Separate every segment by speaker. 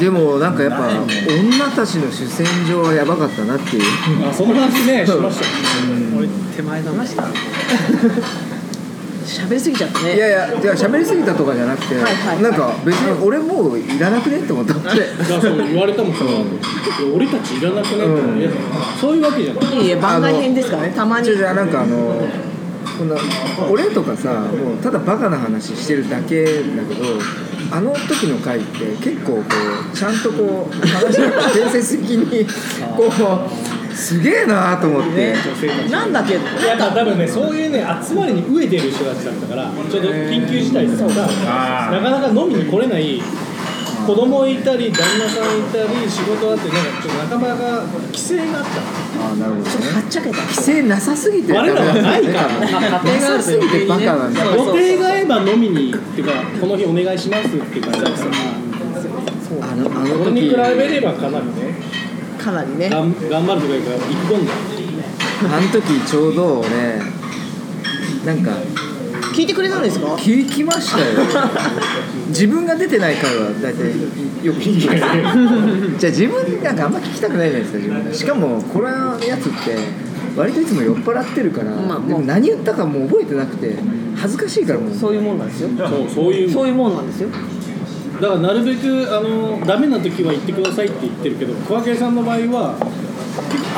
Speaker 1: でもなんかやっぱ女たちの主戦場はやばかったなっていう
Speaker 2: あその話ねしました俺手前だ
Speaker 3: 出
Speaker 2: な
Speaker 3: ました喋りすぎちゃったね
Speaker 1: いやいやいや喋りすぎたとかじゃなくて、
Speaker 3: はいはい
Speaker 1: なんか別に俺もういらなくねって思った
Speaker 2: だからそう言われたもんその後いや俺たちいらなくねって、
Speaker 1: うん
Speaker 2: いやそういうわけじゃない
Speaker 3: いえいえ 番外編ですからねたまに
Speaker 1: じゃなんかあのこんな俺とかさもうただバカな話してるだけだけどあの時の回って結構こうちゃんとこう話が建設的にこうすげえなと思って、
Speaker 2: 女性たち
Speaker 3: なんだけど
Speaker 2: いやだから多分ねそういうね集まりに飢えてる人たちだったからちょうど緊急事態だから
Speaker 4: あー
Speaker 2: なかなか飲みに来れない子供いたり旦那さんいたり仕事あってなんかちょっと仲間が規制があった
Speaker 1: ああなるほどね
Speaker 3: はっちゃけた
Speaker 1: 規制なさすぎて
Speaker 2: 我らはないから
Speaker 1: ダメなんだよね
Speaker 3: 家庭があると
Speaker 1: なさすぎてバカなんだよ
Speaker 3: そう
Speaker 2: 予定が合えば飲みにっていうかこの日お願いしますっていう感じだったから
Speaker 1: あのあの
Speaker 2: それに
Speaker 1: 時
Speaker 2: 比べればかなりね
Speaker 3: かなりね
Speaker 2: がん頑張るとかいうか一本だ
Speaker 1: あの時ちょうど俺なんか
Speaker 3: 聞いてくれたんですか
Speaker 1: 聞きました よ自分が出てない回は大体よく聞きますじゃあ自分なんかあんま聞きたくないじゃないですか自分がしかもこれのやつって割といつも酔っ払ってるから、
Speaker 3: まあ
Speaker 1: でも何言ったかもう覚えてなくて恥ずかしいからもう
Speaker 3: そういうもんなんですよ
Speaker 2: そうそういう
Speaker 3: そういうもんなんですよ
Speaker 2: だからなるべくあのダメな時は言ってくださいって言ってるけど小涌さんの場合は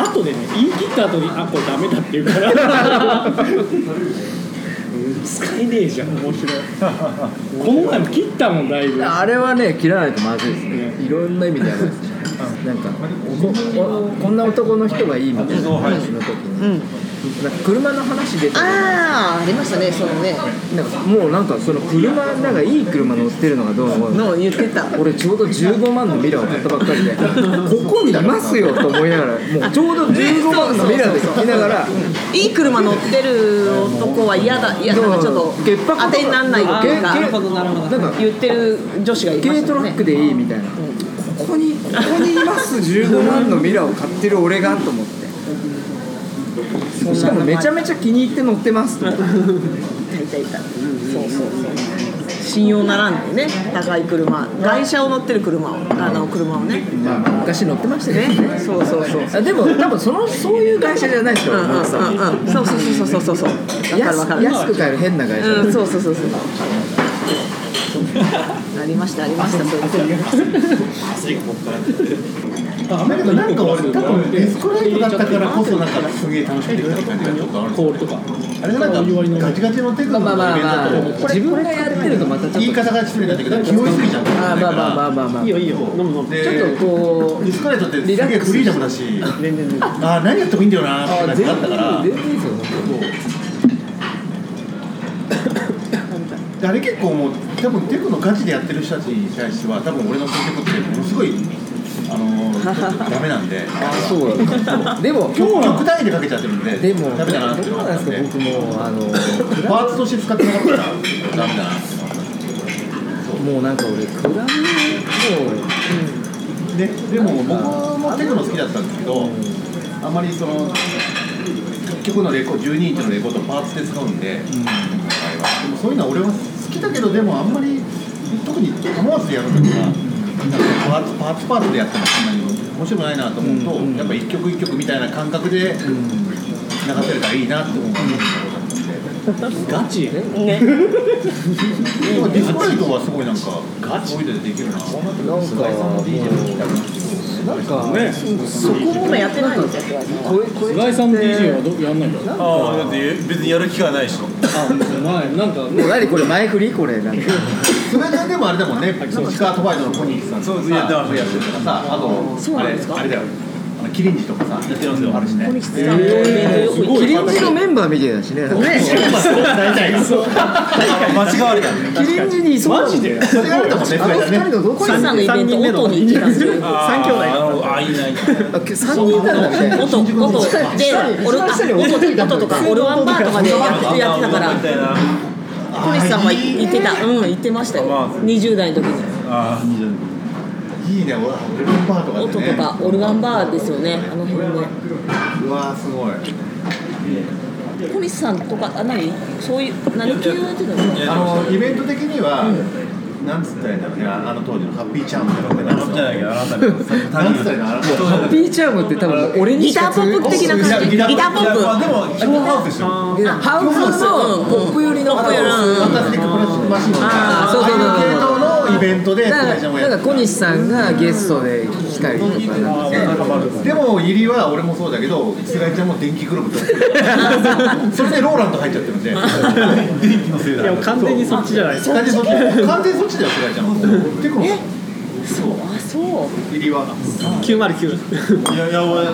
Speaker 2: 後でね言い切った後にあこれダメだって言うから 使えねえじゃん面白いこの前も切ったもんだいぶい
Speaker 1: あれはね切らないとまずいですねいろんな意味でやばいですなんかおおこんな男の人がいいみたいな話の時
Speaker 3: う
Speaker 1: にな
Speaker 3: ん
Speaker 1: んか車の話出て
Speaker 3: ああありましたねそのね
Speaker 1: なんかもうなんかその車なんかいい車乗ってるのがどうも
Speaker 3: の言ってた
Speaker 1: 俺ちょうど15万のミラーを買ったばっかりでここにいますよと思いながらもうちょうど15万のミラーで聞きながら
Speaker 3: いい車乗ってる男は嫌だいやなんかちょっと
Speaker 1: 潔白
Speaker 3: 当てにならないという
Speaker 1: あーな
Speaker 3: か
Speaker 1: るほどなるほどなんか
Speaker 3: 言ってる女子がいま
Speaker 1: 軽
Speaker 3: し
Speaker 1: ト
Speaker 3: た
Speaker 1: ラ
Speaker 3: ね
Speaker 1: ックでいいみたいなここにここにいます15万のミラーを買ってる俺がと思ってしかもめちゃめちゃ気に入って乗ってますと
Speaker 3: いたいたいたそうそうそう信用ならんでね高い車外車を乗ってる車をあの車をね
Speaker 1: まあまあ昔乗ってましたけど
Speaker 3: ねそうそうそう
Speaker 1: あでも多分そのそういう会社じゃないです
Speaker 3: う
Speaker 1: よ、
Speaker 3: んうん
Speaker 1: 奥さん
Speaker 3: うんうんそうそうそうそうそうそうわかるわか
Speaker 1: 安
Speaker 3: る
Speaker 1: 安く買える変な会社、
Speaker 3: うんそうそうそうそうありましたありましたそういうこ
Speaker 4: あだけどなんか俺多分エスコライトだったからこそなんかすげえ楽しくできたみたいなとこある
Speaker 2: 氷とか
Speaker 4: あれがなんかガチガチのテクノ
Speaker 1: まあ
Speaker 4: の
Speaker 1: まあ
Speaker 4: イ
Speaker 1: まあ
Speaker 4: ベントだと思う
Speaker 1: まあ自分がやってるとまたちょっと
Speaker 4: 言い方が失礼だったけど気負いすぎちゃう
Speaker 1: あまあまあまあまあまあ
Speaker 2: いいよいいよ飲む飲む
Speaker 4: で
Speaker 1: ちょっとこう
Speaker 4: エスカレートってすげえフリーダムだし
Speaker 2: 全然全然
Speaker 4: あー何やってもいいんだよなーって
Speaker 1: あ全
Speaker 4: 感じ
Speaker 1: 然
Speaker 4: だったから
Speaker 1: 全然いいですよ
Speaker 4: であれ結構もう多分テクのガチでやってる人たちに対しては多分俺の選曲ってものすごいあのー、ダメなんで
Speaker 1: あそうだでも
Speaker 4: 極極端にでかけちゃってるんで
Speaker 1: でも
Speaker 4: ダメだなって
Speaker 1: どう
Speaker 4: 思っ
Speaker 1: なん
Speaker 4: た
Speaker 1: ですか
Speaker 4: んで
Speaker 1: 僕もあの
Speaker 4: パーツとして使ってなかったらダメだなって思っ
Speaker 1: もうなんか俺クラブもう
Speaker 4: たででも僕もテクノ好きだったんですけどあんまりその結局のレコ12インチのレコードパーツで使うんで、でもそういうのは俺は好きだけどでもあんまり特に浜松でやるときはなんかパーツパーツパーツでやってもそんなに面白くないなと思うと、やっぱ一曲一曲みたいな感覚で流せれたらいいなって思うのが
Speaker 2: ガチ
Speaker 3: とね
Speaker 4: でもディスコライトはすごいなんか
Speaker 2: ガチ
Speaker 4: そういうのでできるななんか
Speaker 1: なんかもうなんか
Speaker 2: ね
Speaker 3: そこもねやってないんですよ
Speaker 1: こうこう
Speaker 2: 菅井さん DJ はどやんないんだ
Speaker 5: ああだって別にやる気がないでしょ
Speaker 2: あないなんか
Speaker 1: もう何これ前振りこれなんか
Speaker 4: それででもあれだもんねなんかスカートファイトの小西さんとか
Speaker 5: そうそうやってます
Speaker 4: やってるとかさあと
Speaker 3: そうなんですか
Speaker 4: あれあれだよあのキリンジとかさやってますよあるしね
Speaker 3: 小西さんのイベントよく行っ
Speaker 1: キリンジのメンバーみたいだしねなんか
Speaker 3: てね
Speaker 4: 大体そ
Speaker 5: 間違われたね
Speaker 1: キリンジにいそう
Speaker 2: マジで
Speaker 4: れがあるんだもんね
Speaker 1: あの二
Speaker 4: それが
Speaker 1: 人
Speaker 4: ね
Speaker 1: のどこに
Speaker 3: 小西さんのイベント音に行ってたんですよ
Speaker 5: 三兄弟ああいいない
Speaker 1: あ3人いたんだみたいな
Speaker 3: 音音でオルあ音で音とかオルワンバーとかでやってやってたから
Speaker 5: みたいな
Speaker 3: 小西さんは行ってたうん行ってましたよ
Speaker 5: まあ
Speaker 3: 20代の時に
Speaker 5: あ
Speaker 4: いいね俺は俺のバーとか
Speaker 3: 音
Speaker 4: で
Speaker 3: と
Speaker 4: ね
Speaker 3: かオルガンバーですよねあの辺ね
Speaker 4: うわーすごい
Speaker 3: 小西さんとかあ何そういう何系をやってたの
Speaker 5: あいや
Speaker 4: あのイベント的には、なんつったらいいんだろうねああの当時のハッピーチャームじゃなくてなんつっ
Speaker 5: じ
Speaker 4: た
Speaker 5: ゃ
Speaker 4: ら
Speaker 5: ない
Speaker 4: いいんだろうなんつ
Speaker 5: けど改めて
Speaker 4: ったらいいんだろうあの
Speaker 1: ハッピーチャームって多分俺に
Speaker 3: ギ
Speaker 1: し
Speaker 3: タ
Speaker 1: か
Speaker 3: ーポップ的な感じギターポ
Speaker 5: ま
Speaker 3: ッ
Speaker 5: あでも基本ハーフですよ
Speaker 1: プハウスのポップ寄りの
Speaker 3: ポップ寄りの
Speaker 1: ハウス
Speaker 4: ファンタスティックプラスマシンみたい
Speaker 1: あー
Speaker 4: な
Speaker 1: そうそうそう
Speaker 4: ああいう系統のイベントで
Speaker 1: だ
Speaker 4: 会社も
Speaker 1: からな
Speaker 4: やっ
Speaker 1: んか小西さんがゲストで来たりとかなんか
Speaker 4: でも入りは俺もそうだけど菅井ちゃんも電気グローブ とそれでローランド入っちゃってるんで電気のせいだ
Speaker 2: いや完全にそっちじゃないです
Speaker 4: 完全にそっち完全にそっちだよ菅井ちゃんも結構そう
Speaker 3: プあそう
Speaker 4: 入りは
Speaker 2: 909
Speaker 5: いややばいあ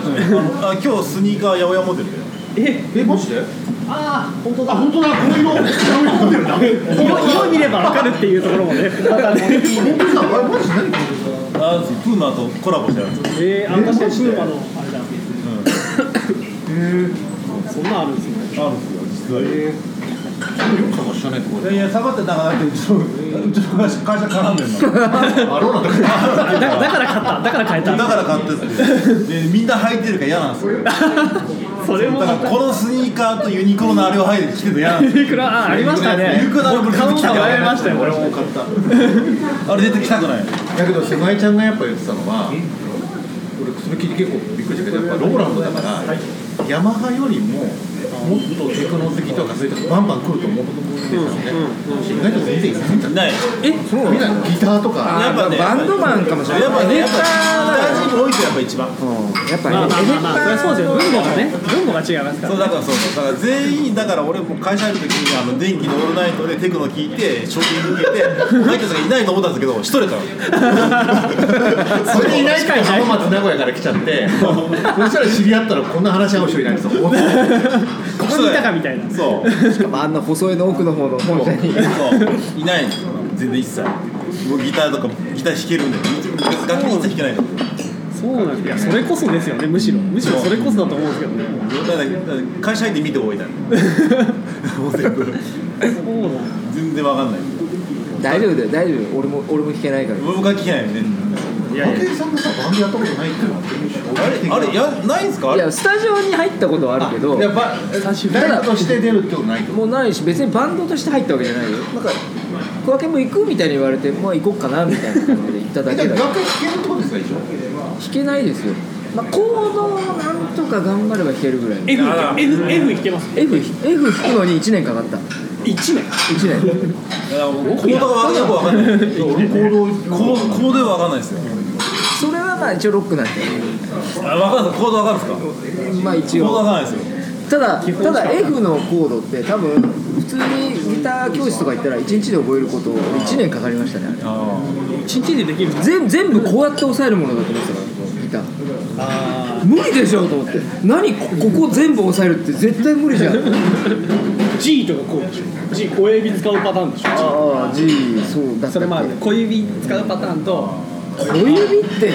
Speaker 5: のあ今日スニーカー八百屋モデルだよ
Speaker 4: えマジでああ本当だ本当だこの色この色出るんだ
Speaker 2: 色色見ればわかるっていうところも ねまたね
Speaker 4: 本当だあれマジ何これ
Speaker 5: あープーマとコラボしたやつ
Speaker 2: えー、あんなプーマのあれだそんなんあるんですね
Speaker 5: あるんですよ実は
Speaker 4: よく探したねこれ
Speaker 5: いやいや下がってたかなってうちのうちの会社会社絡んでるのだ
Speaker 4: あローランド
Speaker 2: あだだから買っただから買えた
Speaker 5: から買ってってでみんな履いてるから嫌なんです よだ
Speaker 2: それも
Speaker 5: からこのスニーカーとユニクロのあれを履いてきてるの嫌なん ですよ
Speaker 2: いくらあありましたね
Speaker 5: ユニクロのあれ
Speaker 2: 僕買うの迷いましたよ
Speaker 5: 俺も買ったあれ出てきたくない
Speaker 4: だけど菅井ちゃんがやっぱ言ってたのは俺それ聞いて結構びっくりしたけどやっぱローランドだからヤマハよりももっとテクノ好きとかそういうとこバンバン来ると思うこと思ってたのね意外と全然いないんだ
Speaker 5: ない
Speaker 1: そう
Speaker 4: みんなギターとか
Speaker 5: やっぱね
Speaker 1: バンドマンかもしれない
Speaker 5: やっぱねやっぱ
Speaker 1: エフェクターだ
Speaker 5: 大事に置いてやっぱ一番
Speaker 1: うんやっぱ
Speaker 2: まあまあまあまあそれはそうです
Speaker 1: エ
Speaker 2: よ
Speaker 1: フェク
Speaker 2: 分母がね分母が違いますか
Speaker 5: そうだからそうそうだから全員だから俺も会社ある時にあの電気のオールナイトでテクノ聞いて賞金受けて 入った人がいないと思ったんですけど一人だから
Speaker 4: それでいないから浜松名古屋から来ちゃってそしたら知り合ったらこんな話し合う人いないんですよ
Speaker 2: らここにいたかみたいな
Speaker 5: そう
Speaker 1: ターしかもあんな細いの奥の方の本社に
Speaker 5: そういないんですよ全然一切僕ギターとかギター弾けるんだけど楽器一切弾けないんだけど
Speaker 2: そうなんですいやそれこそですよねむしろむしろそれこそだと思うんですけどね
Speaker 5: だからだから会社員で見ておいたの もう全部
Speaker 2: そうなん
Speaker 5: 全然わかんない
Speaker 1: 大丈夫だよ大丈夫俺も俺も弾けないから
Speaker 5: 僕は聞けないよね
Speaker 4: 武井さんがさバンドやったことないっていうのは
Speaker 5: あれあれやないんすかあ
Speaker 1: い
Speaker 5: れ
Speaker 1: やスタジオに入ったことはあるけど
Speaker 4: やっぱ誰として出るってことないと思う
Speaker 1: もうないし別にバンドとして入ったわけじゃないよなんか小分けも行くみたいに言われてまあ行こっかなみたいな感じで行っただ
Speaker 4: え
Speaker 1: け
Speaker 4: じゃ
Speaker 1: だ
Speaker 4: あ
Speaker 1: から
Speaker 4: 楽器弾けるってことですか一応
Speaker 1: 弾けないですよまあコードをなんとか頑張れば弾けるぐらい
Speaker 2: F, F, F いけます
Speaker 1: F, F 弾くのに1年かかった1
Speaker 2: 1年
Speaker 1: 年
Speaker 5: いや僕コードがよくわかんない
Speaker 4: 俺行動
Speaker 5: コーコードはわかんないですよ
Speaker 1: それはまあ一応ロックなんで
Speaker 5: あわかるんですかコードわかるんですか
Speaker 1: まあ一
Speaker 5: コードわ
Speaker 1: 応
Speaker 5: かんないですよ
Speaker 1: ただただ F のコードって多分普通にギター教室とか行ったら1日で覚えること1年かかりましたねあれ
Speaker 5: あ
Speaker 2: 1日でできるんです
Speaker 1: 全全部こうやって押さえるものだと思ってたからギター
Speaker 2: あ
Speaker 1: 無理でしょと思って何こここ全部押さえるって絶対無 理じゃん
Speaker 2: ー G とかこうでしょ G 小指使うパターンでしょ
Speaker 1: ああ G そうだったっけ
Speaker 6: それもある小指使うパターンと
Speaker 1: 小指って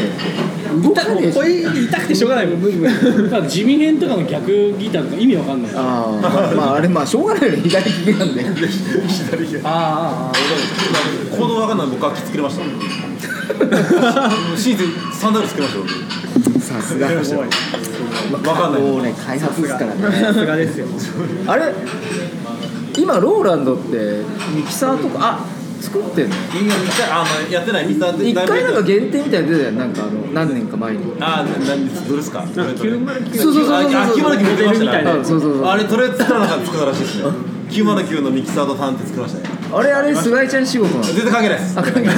Speaker 1: 動かねえし
Speaker 6: 小指痛くてしょうがないもん
Speaker 1: 無理無理
Speaker 2: だから地味編とかの逆ギターとか意味わかんない
Speaker 1: ああまあまああれまあしょうがないよね左利きなんで
Speaker 6: ああ
Speaker 5: コードわかんない僕楽器作れ ましたシーズンサンダルつけましたよ
Speaker 1: さすがわ
Speaker 5: 僕わかんない
Speaker 1: もうね開発ですからね
Speaker 6: さすが ですよ
Speaker 1: あれ今ローランドってミキサーとかあ作ってんの
Speaker 5: みんな見たあまあやってないみんな
Speaker 1: 一回なんか限定みたいなの出たよなんかあの何年か前に
Speaker 5: あーななんどれですかどれどれ
Speaker 1: そうそうそうそう
Speaker 5: あ909見てましたねあれ
Speaker 1: うんそうそうそう
Speaker 5: あれとりあえず作らなかった作ったらしいですね909のミキサーとターンって作りましたね
Speaker 1: あれあれ菅井ちゃん仕事なの
Speaker 5: 全然関係ないです
Speaker 1: あ関係ない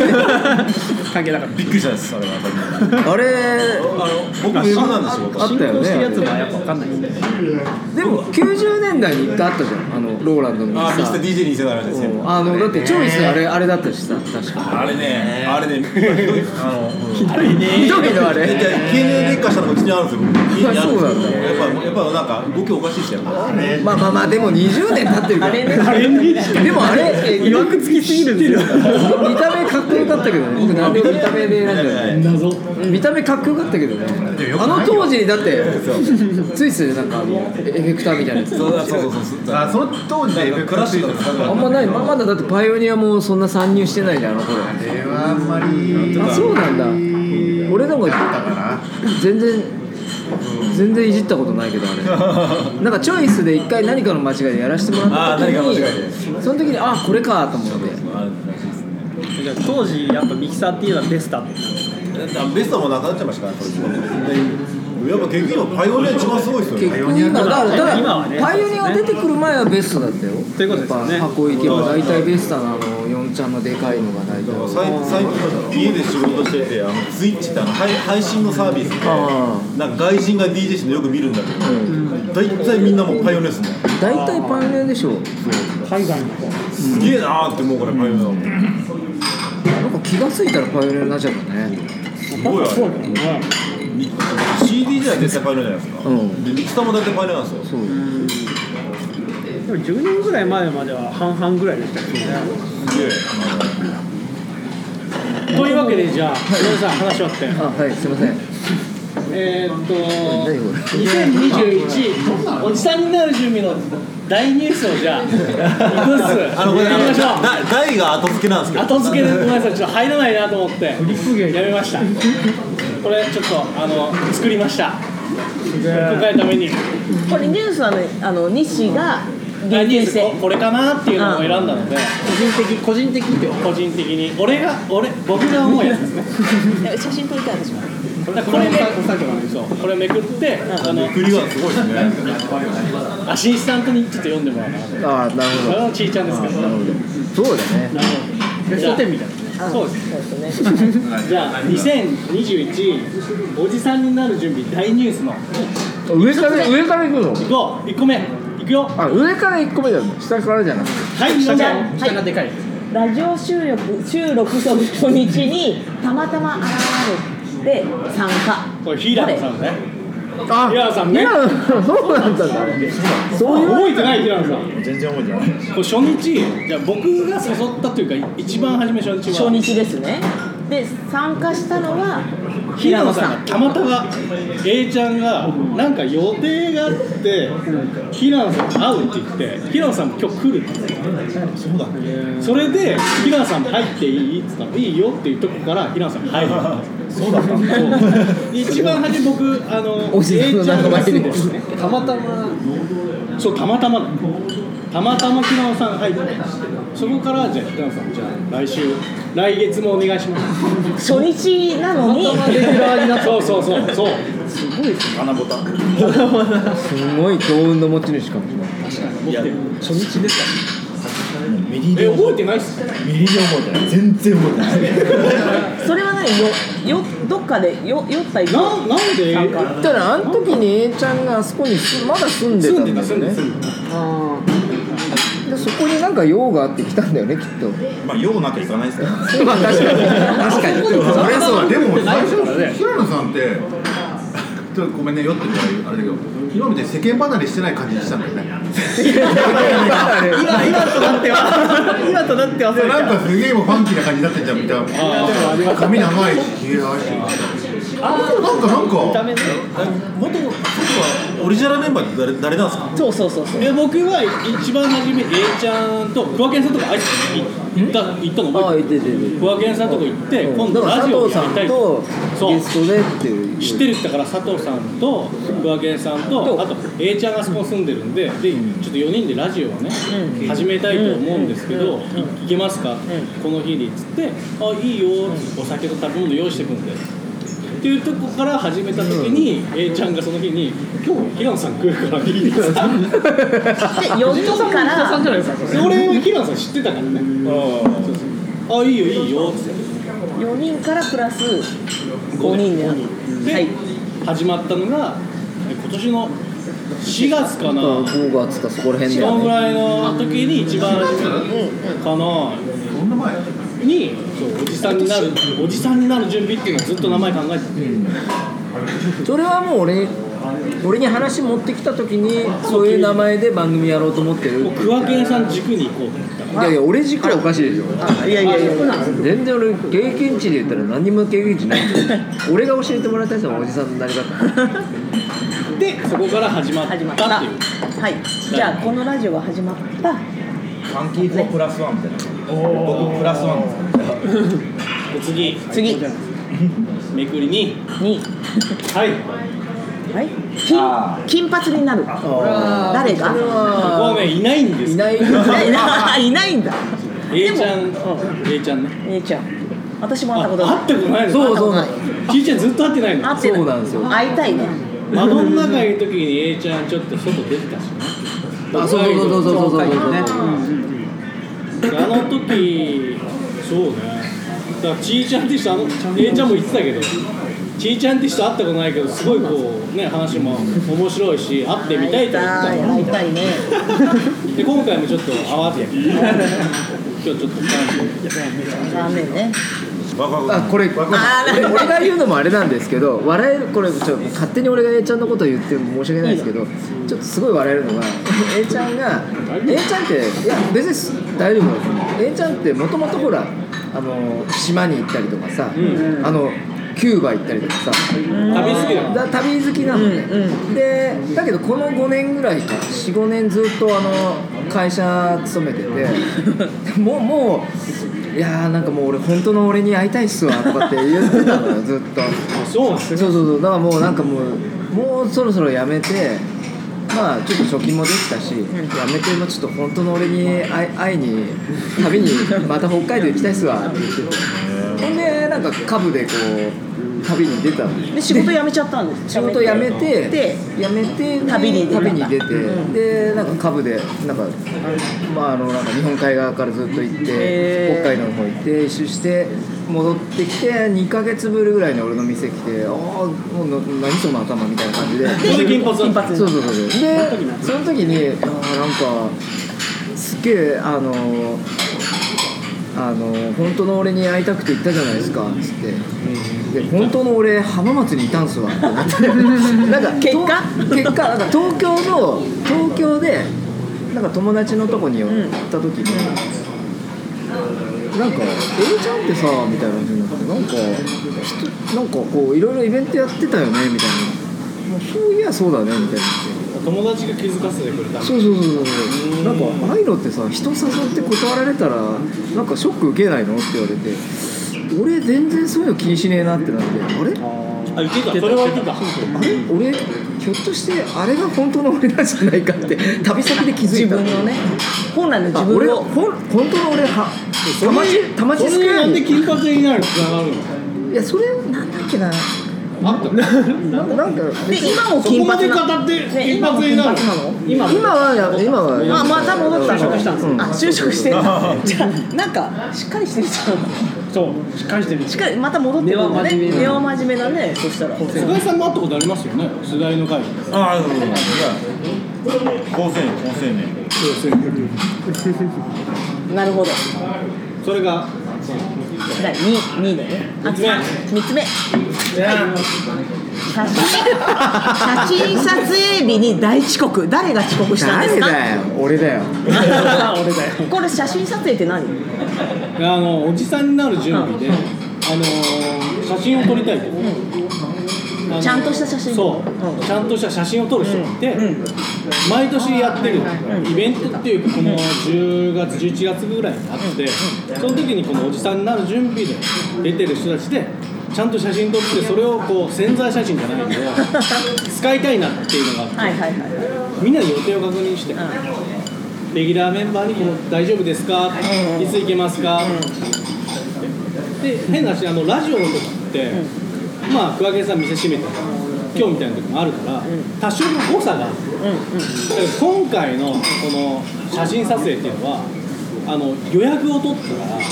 Speaker 6: 関係なかっ
Speaker 5: びっくりしたんですあれは
Speaker 1: あれ
Speaker 5: あの僕ウェブなんで仕事
Speaker 1: あったよね
Speaker 6: たやつはやっぱ分かんないですね
Speaker 1: でも90年代に一回あったじゃんあのローランドの
Speaker 5: あーミキサー
Speaker 1: さ
Speaker 5: DJ にせならしいですよ
Speaker 1: あのだってチョイスあれあれだったしさ確か
Speaker 5: あれねあれねあの
Speaker 1: 緑のあ
Speaker 5: えじ
Speaker 1: れ
Speaker 5: ゃあ経年劣化したのがうちにあるんですよ家にある
Speaker 1: そ
Speaker 5: んですよ
Speaker 1: うなんだ
Speaker 5: やっぱやっぱなんか動きおかしいですよ
Speaker 1: まあまあまあでも20年経ってるから
Speaker 2: あれに
Speaker 1: でもあれ
Speaker 2: いわくつきすぎるんですよ
Speaker 1: 見た目かっこよかったけどね僕何でも見た目で選んじゃない
Speaker 2: 謎
Speaker 1: 見た目かっこよかったけどねあの当時にだってついついなんかあのエフェクターみたいなやつ
Speaker 5: そうそうそうそうそう
Speaker 4: あその当時でエフェク
Speaker 5: クラ
Speaker 4: ラ
Speaker 5: ッシュとか使うから
Speaker 1: あんまないまあまだだってパイオニアもそんな参入してないじゃんあの頃あ
Speaker 4: ではあんまり
Speaker 1: そうなんだ俺の方が全然全然いじったことないけどあれなんかチョイスで一回何かの間違いでやらせてもらった時に
Speaker 5: あー何かの間違い
Speaker 1: その時にあこれかと思って
Speaker 5: あるらしいですね
Speaker 6: じゃあ当時やっぱミキサーっていうのはベスタって
Speaker 5: ベストもなくなっちゃいましたから、これでやっぱ結局、パイオニア一番すごいですよね。
Speaker 1: 結局今だからだから
Speaker 6: 今はね
Speaker 1: パイオニアが出てくる前はベストだったよ
Speaker 6: ということですよね
Speaker 1: やっぱ箱行けば大体ベストなあの四ちゃんのでかいのが大体
Speaker 5: 最最近家で仕事しててあのツイッチってあの配配信のサービスで
Speaker 1: あ
Speaker 5: なんか外人が DJ してるのよく見るんだけど大体みんなもうパイオニアですね
Speaker 1: あ大体パイオニアでしょ
Speaker 2: 海外の子
Speaker 5: すげえなーってもうこれパイオニアだもん
Speaker 1: なんか気がついたらパイオニアになっちゃったね
Speaker 5: すごいあれ
Speaker 2: だよね
Speaker 5: CD じゃ絶対パイオニアじゃないですか、
Speaker 1: うん
Speaker 5: でミキサーも大体パイオニアなんです
Speaker 1: そ
Speaker 5: よ
Speaker 1: う
Speaker 6: でも10年ぐらい前までは半々ぐらいでしたけどね
Speaker 5: すげえ
Speaker 2: というわけでじゃあ井上さん話終わって
Speaker 1: あはいすいません
Speaker 2: えーっと
Speaker 1: 何こ
Speaker 2: 2021おじさんになる準備の大ニュースをじゃあいくつ
Speaker 5: あのこれ
Speaker 2: や
Speaker 5: あ
Speaker 2: り
Speaker 5: の
Speaker 2: ましょう
Speaker 5: だ台が後付けなんですけど
Speaker 2: 後付けでごめんなさいちょっと入らないなと思ってやめましたこれちょっとあの作りました今えのために
Speaker 3: これニュースはねあの西が
Speaker 2: 大
Speaker 3: 厳
Speaker 2: ニュ
Speaker 3: 選
Speaker 2: ースこ
Speaker 3: して
Speaker 2: これかなっていうのを選んだので
Speaker 6: 個人的個人的って
Speaker 2: 個人的に俺が俺僕が思うやつですね
Speaker 3: え写真撮りたい私も
Speaker 2: これねそうこれめくってあの
Speaker 5: クリアすごいですね
Speaker 2: アシスタントにちょっと読んでもらうなこ
Speaker 1: れああなるほ
Speaker 2: れ
Speaker 1: ど
Speaker 2: はちいちゃんですけど
Speaker 1: そうだね
Speaker 6: ベスト10みたいな
Speaker 2: そうです
Speaker 3: そうですね
Speaker 2: じゃあ2021おじさんになる準備大ニュースの
Speaker 1: 上から上から行くの
Speaker 2: いこう1個目いくよは
Speaker 1: あ上から一個目だよね下からじゃなくて
Speaker 2: い下ちゃん
Speaker 6: 下がでかい
Speaker 3: ラジオ収録収録の初日にたまたま現れて参加
Speaker 2: これヒーラーさんね
Speaker 1: あ
Speaker 2: 平野さんね
Speaker 1: 平野そうなんだねそういう
Speaker 2: 覚えてない平野さん
Speaker 5: 全然覚えてな
Speaker 2: これ
Speaker 5: い
Speaker 2: 初日じゃあ僕が誘ったというか一番初め初日
Speaker 3: 初
Speaker 2: は
Speaker 3: 日ですねで参加したのは
Speaker 2: 平野さんがたまたま A ちゃんがなんか予定があって平野さん会うって言って平野さんも今日来るって言ってそうだそれで平野さん入っていいって言ったらいいよっていうとこから平野さん入るそうだった一番初め僕あの
Speaker 1: おじさんの仲間入り
Speaker 2: A ちゃんが住んでるたまたまそうたまたまだたまたま平野さん入ってそこからじゃあ平野さんじゃあ来週来月もお願いします
Speaker 3: 初日なのに
Speaker 2: そうそうそうそう
Speaker 5: 穴ボタン
Speaker 1: すごい幸運の持ち主かもしれない
Speaker 5: いや
Speaker 6: 初日ですか
Speaker 5: ミリ
Speaker 2: え覚えてないっす
Speaker 5: ミリで覚えてない全然覚えてない
Speaker 3: それは何よよどっかでよ酔ったり
Speaker 2: ななんで
Speaker 3: 参加
Speaker 1: だからあの時に A ちゃんがあそこに住まだ住んでた
Speaker 2: 住ん
Speaker 1: ん
Speaker 2: で
Speaker 1: だ
Speaker 2: た
Speaker 1: よ
Speaker 2: 住んで
Speaker 1: ね
Speaker 2: た住んで
Speaker 1: でそこになんか用があって来たんだよねきっと
Speaker 5: まあ用なきゃいかないですからね
Speaker 1: まあ確かに確かにそれそう
Speaker 4: でも最初平野さんってちょっとごめんね酔ってるからあれだけど今みたいに世間離れしてない感じにしたんだよね
Speaker 6: 今今となっては今となってはそれ
Speaker 4: なんかすげえもうファンキーな感じになってんじゃんみたいな髪長いしひげ生やしてあなんかなんか
Speaker 5: 元々オリジナルメンバーって誰誰なんですか
Speaker 3: そうそうそうそう
Speaker 2: たえ僕は一番初め A ちゃんと桑健さんとかあいつ行った行ったの
Speaker 1: ああ
Speaker 2: 覚え
Speaker 1: いてて
Speaker 2: てる桑健さんとか行って今
Speaker 1: だ
Speaker 2: 度
Speaker 1: から
Speaker 2: ラジ
Speaker 1: 佐
Speaker 2: オ
Speaker 1: 藤
Speaker 2: や
Speaker 1: さ
Speaker 2: り
Speaker 1: ん
Speaker 2: たい
Speaker 1: と
Speaker 2: そう
Speaker 1: ゲストでっていう
Speaker 2: 知ってるって言ったから佐藤さんと桑健さんとあと A ちゃんがあそこ住んでるんででちょっと4人でラジオをね始めたいと思うんですけどいいけますかこの日にっつって「あいいよ」お酒と食べ物用意してくんでっていうとこから始めた時に A ちゃんがその日に「今日平野さん来るからいいですか?」
Speaker 3: で4人から
Speaker 6: さんじゃないですかそれ
Speaker 2: それは平野さん知ってたからねそうそうあいいよいいよっつって
Speaker 3: 4人からプラス5人でな
Speaker 2: で、
Speaker 3: はい
Speaker 2: 始まったのがえ今年の4月かな
Speaker 1: 5月かそこら辺だ
Speaker 2: そ
Speaker 1: よ
Speaker 2: のぐ
Speaker 1: ね
Speaker 2: らいの時に一番初めかな
Speaker 4: そんな前
Speaker 2: にそうおじさんになるおじさんになる準備っていうのはずっと名前考えてて
Speaker 1: それはもう俺に俺に話持ってきた時にそういう名前で番組やろうと思ってる
Speaker 2: もう桑健さん軸に行こうと思った
Speaker 1: いやいや俺軸らおかしいでしょ
Speaker 3: あいやいやいやいや
Speaker 1: 全然俺経験値で言ったら何にも経験値ないんだよ俺が教えてもらった人はおじさんのなり方
Speaker 2: でそこから始まったってい
Speaker 3: 始
Speaker 2: う
Speaker 3: まったはいじゃあこのラジオが始まった
Speaker 5: ファンキーフォープラスワンみたいな僕プラスワンです
Speaker 2: で次
Speaker 3: 次
Speaker 2: めくりに
Speaker 3: に
Speaker 2: はい
Speaker 3: はい金金髪になる
Speaker 1: そ
Speaker 3: 誰
Speaker 1: れ
Speaker 3: が
Speaker 2: ここはねいないんです
Speaker 1: いない
Speaker 3: いないいないんだ
Speaker 2: A ちゃん
Speaker 3: う
Speaker 2: A ちゃんね
Speaker 3: えちゃん私も
Speaker 2: あ
Speaker 3: 会ったこと
Speaker 2: 会
Speaker 3: な
Speaker 2: っ
Speaker 3: い
Speaker 2: たことないの
Speaker 1: そうそう
Speaker 3: 会っ
Speaker 2: ちいちゃんずっと会ってないの
Speaker 3: 会ってない
Speaker 1: そうなんですよ
Speaker 3: 会いたいね
Speaker 2: マドンナ会の時に A ちゃんちょっと外出てたしね
Speaker 1: あそうそうそうそうそうそうそう
Speaker 2: あの時そうねだからちいちゃんって人あの A ちゃんも言ってたけどちいちゃんって人会ったことないけどすごいこうね話も面白いし会ってみたいと思ってたの
Speaker 3: 会いたいね
Speaker 2: で今回もちょっと会わずやけど今日ちょっと感じ
Speaker 3: 残念ね
Speaker 5: ワクワク
Speaker 1: あこれこ
Speaker 3: あー
Speaker 1: れ俺が言うのもあれなんですけど笑えるこれちょっと勝手に俺が A ちゃんのことを言っても申し訳ないですけどちょっとすごい笑えるのが A ちゃんが A ちゃんっていや別に大丈夫なんですよ A ちゃんってもともとほらあの島に行ったりとかさ、あのキューバ行ったりとかさ
Speaker 2: 旅好きだもん
Speaker 1: だ旅好きなのね、でだけどこの5年ぐらいか45年ずっとあの会社勤めててもうもういやーなんかもう俺本当の俺に会いたいっすわとかって言ってたのよずっと
Speaker 2: そうなんです
Speaker 1: そうそうそうだからもうなんかもうもうそろそろやめてまあちょっと貯金もできたし、やめてもちょっと本当の俺に会い会いに旅にまた北海道行きたいっすわって言っててほんでなんか株でこう旅に出たの
Speaker 3: で仕事辞めちゃったんです
Speaker 1: 仕事辞めて
Speaker 3: で
Speaker 1: 辞めてで
Speaker 3: 旅に出た
Speaker 1: 旅に出て、
Speaker 3: うん
Speaker 1: でなんか株でなんかまああのなんか日本海側からずっと行って、
Speaker 3: へー
Speaker 1: 北海道の方行って一周して戻ってきて2ヶ月ぶりぐらいに俺の店来てああもうな何その頭みたいな感 じで
Speaker 2: ここで金髪だった
Speaker 1: そうそうそうそうでその時にあーなんかすっげえあのあの本当の俺に会いたくて行ったじゃないですかっつって、で本当の俺浜松にいたんすわって思って なんか
Speaker 3: 結果
Speaker 1: と結果なんか東京の東京でなんか友達のとこに寄った時に、なんか「えちゃんってさ」みたいな感じになってなんかひとなんかこういろいろイベントやってたよねみたいなもうそういやそうだねみたいな
Speaker 2: 友達が気づかせてくれた
Speaker 1: そうそうそうそうそうなんかああいうのってさ人誘って断られたらなんかショック受けないのって言われて俺全然そういうの気にしねえなってなってあれ
Speaker 2: あ言ってたそれは言ってた
Speaker 1: あれ俺ひょっとしてあれが本当の俺なんじゃないかって旅先で気づ
Speaker 3: 自
Speaker 1: いた
Speaker 3: 分のね本来の
Speaker 1: あ
Speaker 3: 自
Speaker 1: 俺
Speaker 3: 分
Speaker 1: が
Speaker 3: を
Speaker 1: ほん本当の俺はたまちたまちス
Speaker 2: そ
Speaker 1: クエ
Speaker 2: れ
Speaker 1: ア
Speaker 2: なんで
Speaker 1: に
Speaker 2: 金髪になるのつながる の
Speaker 1: いやそれなんだっけな
Speaker 2: あったの
Speaker 1: なんかなんか
Speaker 3: で今も
Speaker 2: そこ
Speaker 3: 金
Speaker 2: まで
Speaker 3: 髪
Speaker 2: 語
Speaker 3: な
Speaker 2: って
Speaker 3: ね
Speaker 2: 金
Speaker 3: 今も
Speaker 2: 髪に
Speaker 3: 金
Speaker 2: なる
Speaker 3: 髪なの
Speaker 2: 今
Speaker 1: 今は今は
Speaker 3: あまた戻った
Speaker 1: 就
Speaker 3: の
Speaker 1: 職したんですよ
Speaker 3: あ就職してる じゃあなんかしっかりしてるじゃ
Speaker 6: そうしっかりしてる
Speaker 3: んしっかりまた戻ってくるんだね
Speaker 6: 根は真面目な
Speaker 3: 根は真面目だねそしたら
Speaker 2: 菅井さんも会ったことありますよね菅井の会
Speaker 5: ああそうそうそう高専高専ね
Speaker 3: なるほど
Speaker 2: それが
Speaker 3: 第2位だよねあ3つ目写真写真撮影日に大遅刻誰が遅刻したんです
Speaker 1: 誰
Speaker 3: か
Speaker 1: だよ俺だよ
Speaker 3: これ写真撮影って何
Speaker 2: あのおじさんになる準備で、あのー写真を撮りたいと、あの
Speaker 3: ちゃんとした写真
Speaker 2: そう、
Speaker 3: うん
Speaker 2: ちゃんとした写真を撮る人がいて、毎年やってる、イベントっていうかこの10月11月ぐらいにあって、その時にこのおじさんになる準備で出てる人たちでちゃんと写真撮ってそれをこう潜在写真じゃ ないけど使いたいなっていうのがあって
Speaker 3: はいはいはい
Speaker 2: みんなで予定を確認して、レギュラーメンバーにこの「大丈夫ですか
Speaker 3: うん
Speaker 2: いつ行けますかで変な話あのラジオの時って、まあ桑木さん店閉めて今日みたいな時もあるから、多少の誤差がある、だから今回のこの写真撮影っていうのはあの予約を取ったから。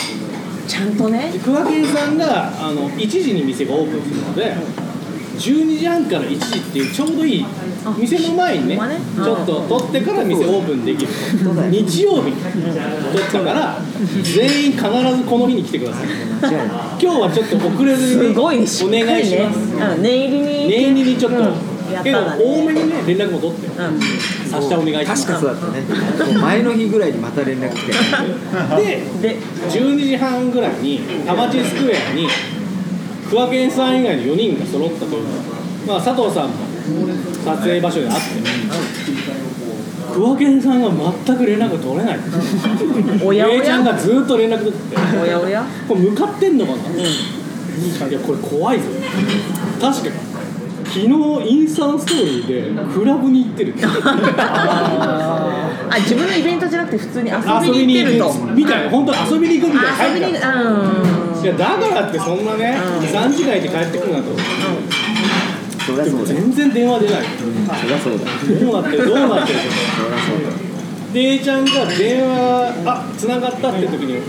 Speaker 3: ちゃんとね
Speaker 2: 桑木さんがあの1時に店がオープンするので12時半から1時っていうちょうどいい店の前にね
Speaker 3: ほんまね
Speaker 2: ちょっと取ってから店オープンできる日曜日取ったから全員必ずこの日に来てください今日はちょっと遅れずに
Speaker 3: す
Speaker 2: ねお
Speaker 3: ご
Speaker 2: 願
Speaker 3: い
Speaker 2: い
Speaker 3: し
Speaker 2: し
Speaker 3: っかりね
Speaker 2: ます
Speaker 3: うん念入りに
Speaker 2: 念入りにちょっと
Speaker 3: うんやった
Speaker 2: けど
Speaker 3: わね
Speaker 2: 多めにね連絡も取って
Speaker 3: うん
Speaker 2: 明日お願いしま
Speaker 1: 確
Speaker 2: す
Speaker 1: かそうだったねもう前の日ぐらいにまた連絡来て
Speaker 2: で
Speaker 3: で
Speaker 2: 12時半ぐらいに田町スクエアに桑健さん以外の4人が揃ったというまあ佐藤さんも撮影場所で会って桑健さんが全く連絡が取れない
Speaker 3: おやお
Speaker 2: 姉ちゃん
Speaker 3: や
Speaker 2: がずっと連絡取ってて
Speaker 3: おやおや
Speaker 2: これ向かってんのかな、いやこれ怖いぞ確かに昨日インスタのストーリーでクラブに行ってる
Speaker 3: あ自分のイベントじゃなくて普通に遊
Speaker 2: 遊び
Speaker 3: びに
Speaker 2: に
Speaker 3: 行
Speaker 2: 行
Speaker 3: ってると
Speaker 2: くみたいな本当遊びに行くみたいな
Speaker 3: あ遊びに
Speaker 2: 帰っ
Speaker 3: うん
Speaker 2: たいやだからってそんなね
Speaker 3: うん
Speaker 2: 3時間いて帰ってくるなと
Speaker 1: そりゃそうだよ
Speaker 2: 全然電話出ない
Speaker 1: そりゃそうだ
Speaker 2: どうなってるどうなってる
Speaker 1: そりゃそうだ
Speaker 2: で A ちゃんが電話あ繋がったって時に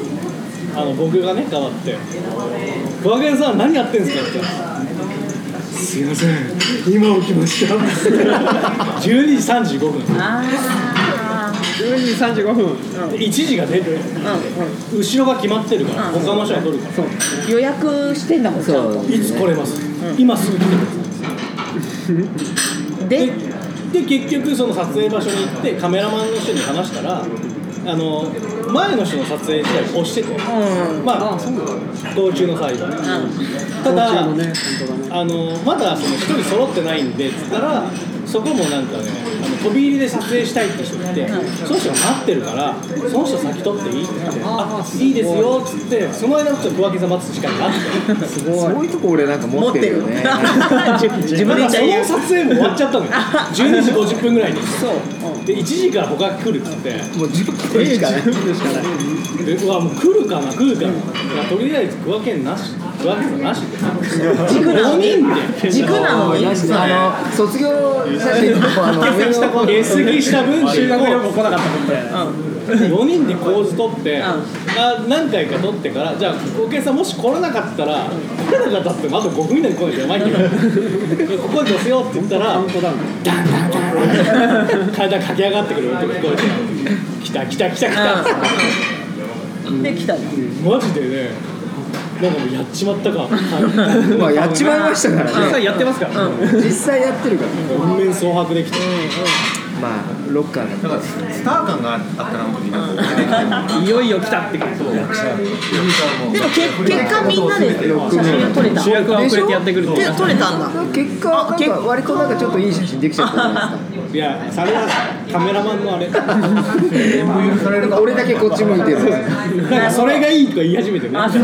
Speaker 2: あの僕がね変わって「クワゲンさん何やってんすか?」って「すいません今起きました」12時35分
Speaker 3: あ
Speaker 6: 12時35分、
Speaker 2: で1時が出て
Speaker 3: ーうんうん
Speaker 2: 後ろが決まってるから
Speaker 3: うん
Speaker 2: 他の人が取るから
Speaker 3: 予約してんだもんちゃん
Speaker 1: そう
Speaker 2: いつ来れます、今すぐ来てください
Speaker 3: とで
Speaker 2: でで結局その撮影場所に行ってカメラマンの人に話したらあの前の人の撮影自体押してて、
Speaker 3: うん
Speaker 2: まあ道中の際だ
Speaker 6: 途
Speaker 2: た
Speaker 6: 中の
Speaker 2: だ、
Speaker 6: ね、本当だね。
Speaker 2: あのまだその一人揃ってないんでっつったらそこもなんかねあの飛び入りで撮影したいって人がいて、その人が待ってるからその人先取っていいって言って「あいいですよ」っつってその間ちょっと小分けさ待つ時間があって
Speaker 1: すごいそういうとこ俺なんか持
Speaker 3: 持っ
Speaker 1: って
Speaker 3: て
Speaker 1: る
Speaker 3: る
Speaker 1: よね
Speaker 3: 自分
Speaker 2: だ
Speaker 3: で
Speaker 2: か
Speaker 3: 言
Speaker 2: ら
Speaker 3: っ
Speaker 2: その撮
Speaker 3: ちゃう
Speaker 2: 影も終わっちゃったのよ12時50分ぐらいにで1時から他が来るっつって
Speaker 1: もう10分しかない
Speaker 2: でうわもう来るかな来るかな、いやとりあえず区分けなし区分けさなしで
Speaker 3: 軸なのに
Speaker 2: 5人で
Speaker 3: 軸なのに
Speaker 1: あの卒業写真の あの上の方
Speaker 2: 下席した文
Speaker 6: 修
Speaker 2: 集
Speaker 6: 学旅
Speaker 2: を
Speaker 6: 行来なかったもんで、
Speaker 2: 4人で構図撮って、
Speaker 3: ん
Speaker 2: あ何回か撮ってからじゃあお客さんもし来れなかったら来れなかったってあと5分以内に来ないとやばいんだよでここに乗せようって言ったらダンダンダンダン体駆け上がってくる音が聞こえて来た来た来た来た、
Speaker 3: で来たの
Speaker 2: マジでねなんかもうやっちまったか
Speaker 1: まあやっちまいましたから
Speaker 6: 実
Speaker 1: ね
Speaker 6: 際やってますから、
Speaker 1: 実際やってるからね
Speaker 2: 顔面蒼白できて
Speaker 1: まあロッカーなんで
Speaker 4: だからスター感があったなみんなこう出てきてるのが
Speaker 6: いよいよ来たって感じ
Speaker 3: でも結結果みんなで写真を撮れた
Speaker 6: 主
Speaker 3: で
Speaker 6: 役は遅れてやってくると
Speaker 3: 撮れたんだ
Speaker 1: 結果なんか割となんかちょっといい写真できちゃったじゃないです
Speaker 2: いやそれはカメラマンのあれ
Speaker 1: か俺だけこっち向いてる
Speaker 2: なんかそれがいいとか言い始めてね
Speaker 3: あそう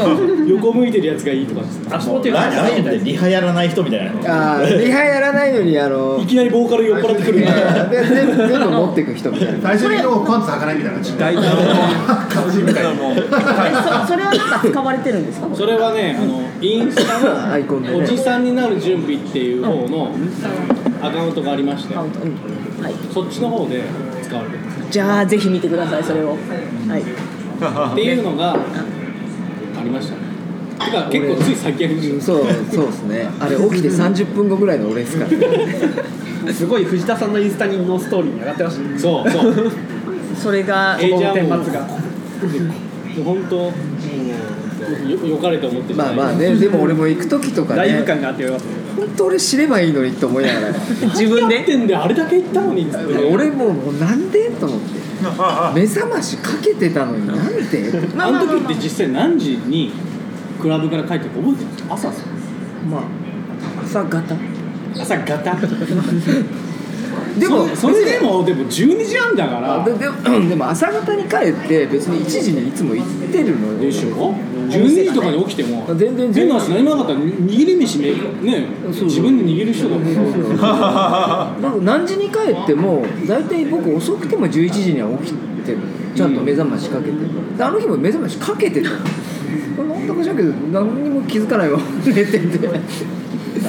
Speaker 2: 横向いてるやつがいいとかっつって
Speaker 6: あそこっていうか
Speaker 7: ラライオンってリハやらない人みたいなの
Speaker 1: あーリハやらないのにあの
Speaker 2: いきなりボーカル酔っ払ってくる
Speaker 1: い
Speaker 2: みたいな
Speaker 1: やで全部全部持っていく人みたいな
Speaker 4: 最初にのパンツ履かないみたいな大体感じみたいな
Speaker 3: えそそれはなんか使われてるんですか
Speaker 2: それはねあのインスタの
Speaker 1: アイコンでね
Speaker 2: おじさんになる準備っていう方のアカウントがありまして
Speaker 3: カウントうんはい
Speaker 2: そっちの方で使われてる
Speaker 3: じゃあぜひ見てくださいそれをはい
Speaker 2: っていうのがありましたねてか結構つい先やりました
Speaker 1: そうそうですねあれ起きて30分後ぐらいの俺ですからね
Speaker 6: すごい藤田さんのインスタにのストーリーに上がってましたね
Speaker 2: そうそう
Speaker 3: それが
Speaker 2: え
Speaker 6: こ
Speaker 2: じゃ
Speaker 6: の
Speaker 2: あもう
Speaker 6: 天罰が
Speaker 2: 本当もうよよかれと思ってじゃ
Speaker 1: ま
Speaker 2: な
Speaker 1: あ
Speaker 2: い
Speaker 1: まあねでも俺も行く時とか
Speaker 6: ライブ
Speaker 1: ね
Speaker 6: 感があってよかったです
Speaker 1: 本当俺知ればいいのにって思いながら
Speaker 3: 自分
Speaker 2: やっ
Speaker 3: で
Speaker 2: てんであれだけ言ったのにっつってね
Speaker 1: 俺もうもうなんでと思って目覚ましかけてたのになんで
Speaker 2: あの時って実際何時にクラブから帰ってくる覚えてる朝っす
Speaker 1: まあ朝方
Speaker 2: 朝ガタ
Speaker 1: でも
Speaker 2: そそれでもでも12時半だか
Speaker 1: あ
Speaker 2: ら
Speaker 1: ででもでも朝方に帰って別に1時にいつも行ってるのよ
Speaker 2: でしょ12時とかに起きても
Speaker 1: 全然
Speaker 2: 変な話何もなかったらに握り飯ねね
Speaker 1: そう
Speaker 2: 自分で握る人だもん
Speaker 1: だから何時に帰っても大体僕遅くても11時には起きてるちゃんと目覚ましかけて、であの日も目覚ましかけてたなんだかしらんけど何にも気づかないわ寝てて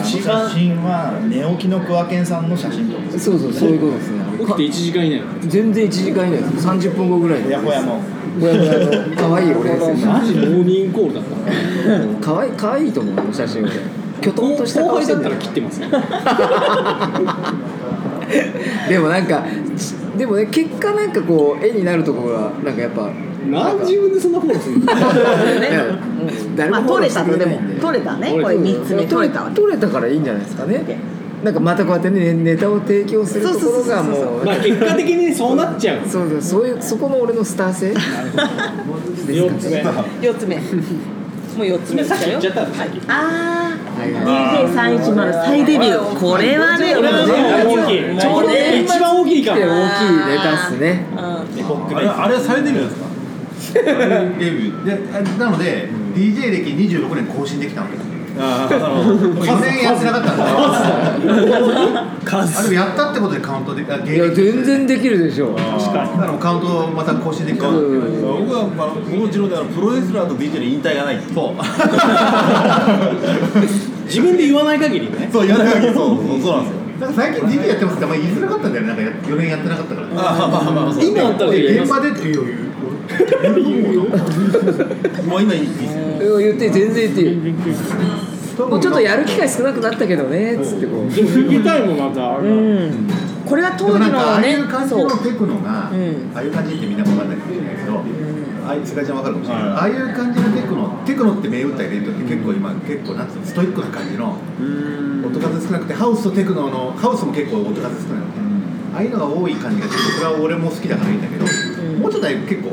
Speaker 7: 写真は寝起きのクワケンさんの写真とか
Speaker 1: そうそうそういうことですね
Speaker 2: 起きて1時間以内だ
Speaker 1: 全然1時間以内です30分後ぐらい
Speaker 7: ほ
Speaker 1: で
Speaker 7: や
Speaker 1: す
Speaker 7: ほやの
Speaker 1: ぼやぼやの可愛い俺ですよ
Speaker 2: マジモーニングコールだったか
Speaker 1: 可
Speaker 2: ら
Speaker 1: 愛い可愛いと思うあの写真をきょとんとした
Speaker 2: 後
Speaker 1: 顔
Speaker 2: 輩
Speaker 1: して
Speaker 2: だ
Speaker 1: ん
Speaker 2: っ
Speaker 1: だ
Speaker 2: た
Speaker 1: よ
Speaker 2: ら切ってますね
Speaker 1: でもなんかちでもね結果なんかこう絵になるところがなんかやっぱ
Speaker 2: 何自分でそんなフォローするの
Speaker 1: ね誰
Speaker 3: まあ
Speaker 1: もフォロ
Speaker 3: 取れ
Speaker 1: ーしたてく
Speaker 3: の
Speaker 1: れ
Speaker 3: で
Speaker 1: ない
Speaker 3: も
Speaker 1: んで
Speaker 3: 取れたねこれ三つ目取れたわけ
Speaker 1: 取れたからいいんじゃないですかねなんかまたこうやってねネタを提供するところがもう
Speaker 2: まあ結果的にそうなっちゃう
Speaker 1: そうそうそういうそこの俺のスター性
Speaker 2: 4つ目
Speaker 3: 四つ目もう四つ 目
Speaker 2: さっ
Speaker 3: 来
Speaker 2: き
Speaker 3: た
Speaker 2: 言
Speaker 3: よ
Speaker 2: っちゃったんです
Speaker 3: はいあ
Speaker 1: はいはい
Speaker 3: あ DJ310 再デビューこれはね
Speaker 2: これはね大き
Speaker 3: も
Speaker 2: いうちょうど
Speaker 3: ね
Speaker 2: 一番大きいか
Speaker 1: 大きい
Speaker 2: も
Speaker 1: ネタっすね
Speaker 3: う
Speaker 5: あれあれはされてるんですか
Speaker 4: デビューであなので DJ 歴26年更新できたんです
Speaker 5: ああ、なるほど。
Speaker 4: 去年やってなかったんだ
Speaker 6: カ
Speaker 4: あでもやったってことでカウントであ
Speaker 1: い
Speaker 4: 芸
Speaker 1: や
Speaker 4: 歴
Speaker 1: 全然できるでしょ
Speaker 5: 確
Speaker 4: だからもうカウントをまた更新できる
Speaker 1: うん
Speaker 5: 僕は、まあ、僕の持論であのプロレスラーと DJ に引退がないそう
Speaker 2: 自分で言わない限りね
Speaker 5: そう言わないわけそうそうそうなんですよ
Speaker 4: なんか最近 DJ やってますってあんまり言いづらかったんだよねなんか4年やってなかったから
Speaker 5: ああまあまあまあそう
Speaker 2: 今だったら言え
Speaker 4: 現
Speaker 2: ます
Speaker 4: 場でっていうより
Speaker 5: もう今いいですよ
Speaker 1: うん言って全然言っていいもうちょっとやる機会少なくなったけどねっつってこう
Speaker 2: でも聞きたいもんまた
Speaker 3: うんこれが
Speaker 4: で
Speaker 3: 当
Speaker 4: もな
Speaker 3: 時
Speaker 4: んかあ
Speaker 3: の
Speaker 4: あい
Speaker 3: ね
Speaker 4: う感じ
Speaker 3: そう
Speaker 4: のテクノが、
Speaker 3: うん
Speaker 4: ああいう感じってみんなわかんないかもしれないけど、ああいう菅井ちゃんわかるかもしれない、
Speaker 5: はい
Speaker 4: ああいう感じのテクノテクノって銘打ったイベントって結構今、結構なんつうのストイックな感じの音数少なくてハウスとテクノのハウスも結構音数少ないので、ああいうのが多い感じがしてそれは俺も好きだからいいんだけど、もうちょっとああいう結構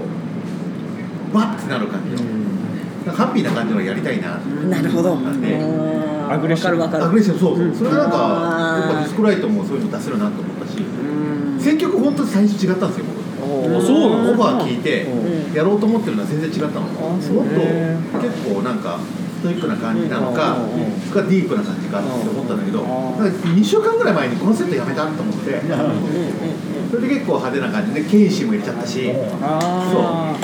Speaker 4: バッてなる感じの、なんかハッピーな感じのやりたいなって
Speaker 3: なるほど
Speaker 4: なんで
Speaker 3: あー
Speaker 6: アグレッシブ
Speaker 3: わかる
Speaker 4: ア
Speaker 3: わ
Speaker 4: グ
Speaker 3: かる
Speaker 4: レッシブそうそう、それがなんか
Speaker 3: あー
Speaker 4: やっぱディスコライトもそういうの出せるなと思ったし、選曲本当に最初違ったんですよ僕
Speaker 1: お
Speaker 2: そうなの
Speaker 4: オファー聞いて
Speaker 3: う
Speaker 4: やろうと思ってるのは全然違ったのもっと結構なんかストイックな感じなのかそれかディープな感じかって思ったんだけどなんか2週間ぐらい前にこのセットやめたと思ってそれで結構派手な感じでケイシーも入れちゃったし
Speaker 6: あ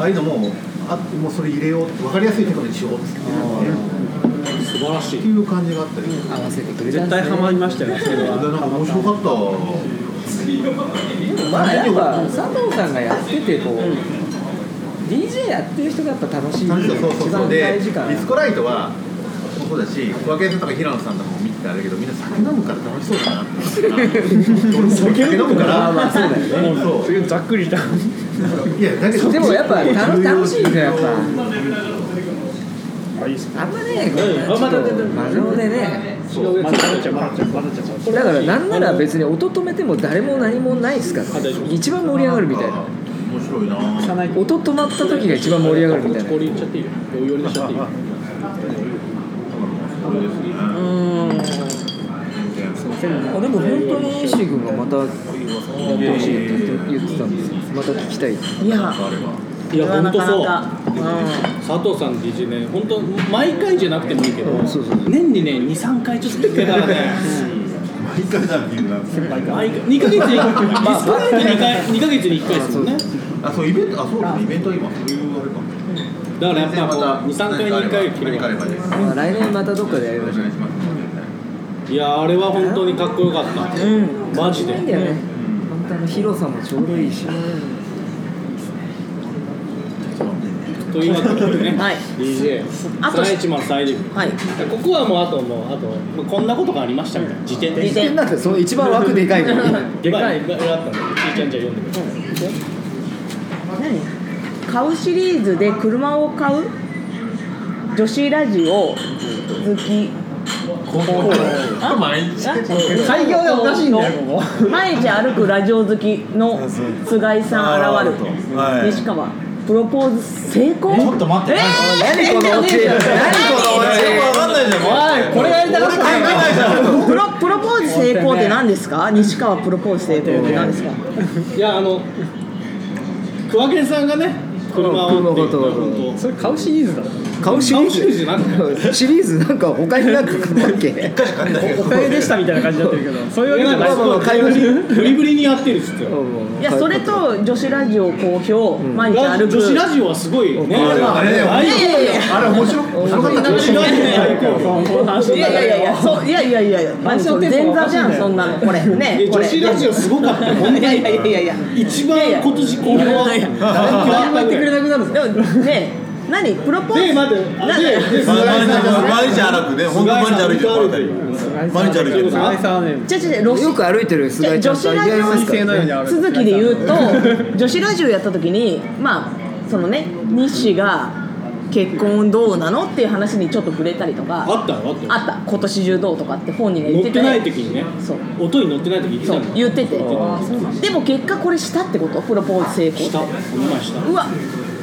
Speaker 4: ああいうのもあもうそれ入れよう分かりやすいテクノにしようっつって
Speaker 2: 素晴らし
Speaker 4: っ
Speaker 2: い
Speaker 4: ていう感じがあったり
Speaker 1: 合わせてく
Speaker 6: ー
Speaker 1: れた
Speaker 6: 絶
Speaker 1: んで
Speaker 6: 対
Speaker 1: すね
Speaker 6: ハマりましたよねそれ
Speaker 4: なん
Speaker 6: は
Speaker 4: か面白かった
Speaker 1: まあやっぱ佐藤さんがやっててこう、DJ やってる人がやっぱ楽しい
Speaker 4: 楽しそうそう
Speaker 1: 一
Speaker 4: そう
Speaker 1: 番
Speaker 4: で
Speaker 1: 大
Speaker 4: デ
Speaker 1: 事かな
Speaker 4: ィスコライトはそうだし小池さんとか平野さんとかも見てたあれだけどみんな酒飲むから楽しそうだなって思ってた俺も酒飲むから
Speaker 1: あーまあそうだよ
Speaker 4: ねそ
Speaker 6: 次ざっくりした
Speaker 4: ういやだけど
Speaker 1: でもやっぱ楽楽しいんだよやっぱあんまねこうちょ
Speaker 2: うん
Speaker 1: っ
Speaker 2: また
Speaker 1: と真顔でね
Speaker 4: そう
Speaker 6: まだちゃうまだちゃうまだちゃう
Speaker 1: だからなんなら別に音止めても誰も何もないですから、ね、一番盛り上がるみたいな
Speaker 4: 面白いな
Speaker 6: ない
Speaker 1: 音止まった時が一番盛り上がるみたいな
Speaker 2: これ言っちゃっていいよお寄りしちゃっていいよ
Speaker 4: そうですね
Speaker 1: あでも本当に西君がまたやってほしいって言って言ってたんですよまた聞きたい
Speaker 3: いや
Speaker 4: あれはい
Speaker 3: い
Speaker 2: や本当そう
Speaker 3: う
Speaker 2: 佐藤さんの DJ ね本当毎回じゃなくてもいいけど
Speaker 1: そうそう
Speaker 2: 年にね23回ちょっと聞けたらね
Speaker 5: 毎回だっていうな
Speaker 2: 毎回2ヶ月にまあ少なくとも2回2ヶ月に1回ですもんね
Speaker 4: あそうイベントあそうだねイベント今そういうあれか
Speaker 2: だからやっぱこう
Speaker 4: 全然
Speaker 2: 23回に1回切れ
Speaker 4: 何かあ
Speaker 2: ば
Speaker 4: ればです
Speaker 1: まあ来年またどっかでやり
Speaker 4: お
Speaker 1: ましょう
Speaker 4: 願いします
Speaker 2: いやあれは本当にかっこよかった
Speaker 3: んうん
Speaker 2: マジ
Speaker 1: い
Speaker 2: で
Speaker 1: いんだよね本当あの広さもちょうどいいし
Speaker 2: というわけでね
Speaker 3: はい
Speaker 2: DJ
Speaker 3: あと
Speaker 2: 310サイリウム
Speaker 3: はい
Speaker 2: ここはもうあともうあともうこんなことがありましたみたいな辞典
Speaker 3: で
Speaker 2: で
Speaker 1: なんだってその一番枠でかいから
Speaker 2: でかい裏あったんでちいちゃんじゃあ読んでください
Speaker 3: 何買うシリーズで車を買う女子ラジオ好きああ
Speaker 6: 開業でおかしいんだよここ
Speaker 3: 毎日歩くラジオ好きの菅井さん現る
Speaker 5: はい
Speaker 3: 西川プロポーズ成功
Speaker 7: ちょっと待って
Speaker 1: 何このオチ何このオ
Speaker 5: 全然わかんないじゃんもう
Speaker 6: これやりたかっ
Speaker 5: 関係ないじゃん
Speaker 3: プロプロポーズ成功って何ですか西川プロポーズ成功って何ですか
Speaker 2: いやあの桑源さんがね車をっていうのは本
Speaker 6: それ買うシリーズだろ
Speaker 1: チ顔シリ
Speaker 2: 当シリ
Speaker 1: ー
Speaker 2: ーズなんだよ
Speaker 1: ズシリーズなんか他になんか買ったっけ
Speaker 6: おかげでしたみたいな感じになってるけどそういうわ
Speaker 2: い
Speaker 6: けじ
Speaker 2: や
Speaker 6: ゃな
Speaker 2: ないんか
Speaker 1: まあまあ買い物
Speaker 2: ブリブリにやってるっつってよ
Speaker 3: いやそれと女子ラジオ好評毎日
Speaker 2: ラ
Speaker 3: 歩
Speaker 2: ジ女子
Speaker 3: く
Speaker 2: ラジオはすごいね
Speaker 4: あれはあれだよ
Speaker 2: あれ
Speaker 3: いやいやいや
Speaker 4: あれ面白い面白かった
Speaker 2: 女子ラジオ最高
Speaker 6: この話
Speaker 3: いやいやいやいやそういやいやいやいや
Speaker 6: ラジオテー
Speaker 3: 前
Speaker 6: プがお
Speaker 3: 座
Speaker 6: かし
Speaker 3: じ
Speaker 6: いん
Speaker 3: ゃん
Speaker 6: だよ
Speaker 3: そんなのこれね
Speaker 2: え
Speaker 3: こ
Speaker 2: 女子
Speaker 3: れ
Speaker 2: ラジオすごかったもん
Speaker 3: いやいや
Speaker 2: ね
Speaker 3: いやいやいや
Speaker 2: 一番今年好評だったよ
Speaker 1: 言ってくれなくなるぞ
Speaker 3: でもね何プロポーズ
Speaker 2: で待って
Speaker 3: な
Speaker 2: でで
Speaker 5: まあ毎日毎日歩くね本当毎日歩いてるこうやって毎日歩いてる
Speaker 6: 菅井さんはね
Speaker 3: 違う違う違うロス
Speaker 1: よく歩いてる菅井ちゃんと
Speaker 3: じゃあ
Speaker 1: 出会いま
Speaker 3: 女
Speaker 1: す
Speaker 3: 子
Speaker 1: か
Speaker 6: 性のよ
Speaker 1: ら
Speaker 6: う
Speaker 1: ね
Speaker 6: にある
Speaker 3: 続きで言う と女子ラジオやった時にまあそのね西が結婚どうなのっていう話にちょっと触れたりとか
Speaker 2: あったよあったよ
Speaker 3: あった今年中どうとかって本人が言っ
Speaker 2: 乗ってて
Speaker 3: て
Speaker 2: ない時にね
Speaker 3: そう
Speaker 2: 音に乗ってない時言って
Speaker 3: そ
Speaker 2: た
Speaker 3: うん
Speaker 2: だ
Speaker 3: 言ってて
Speaker 2: あ
Speaker 3: でも結果これしたってことプロポーズ成功
Speaker 2: したこの前した
Speaker 3: うわ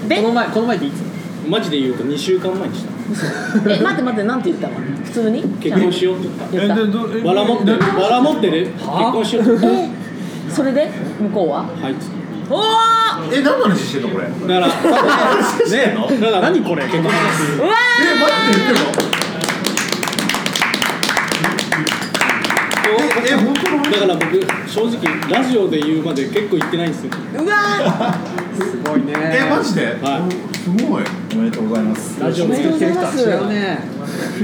Speaker 3: で
Speaker 6: この前この前っていつ
Speaker 2: マジで言うと2週間前にした
Speaker 3: え待って待ってなんて言ったの普通に
Speaker 2: 結婚しようって言った
Speaker 3: 言った
Speaker 2: バラ持ってバラ持ってね結婚しようって言っ
Speaker 3: えそれで向こうは
Speaker 2: たはいっつって
Speaker 3: おお
Speaker 4: え何の話してんのこれえ待
Speaker 2: だからねだから何これ結婚しようっていう
Speaker 3: うわ
Speaker 4: って言ってるの
Speaker 2: え本当だから僕正直ラジオで言うまで結構言ってないんですよ
Speaker 3: うわー
Speaker 6: すごいね
Speaker 4: えマジで
Speaker 2: は
Speaker 4: すごい
Speaker 7: おめでとうございます
Speaker 2: ラジ
Speaker 3: お
Speaker 2: オ
Speaker 3: めでとうございます
Speaker 6: 知らね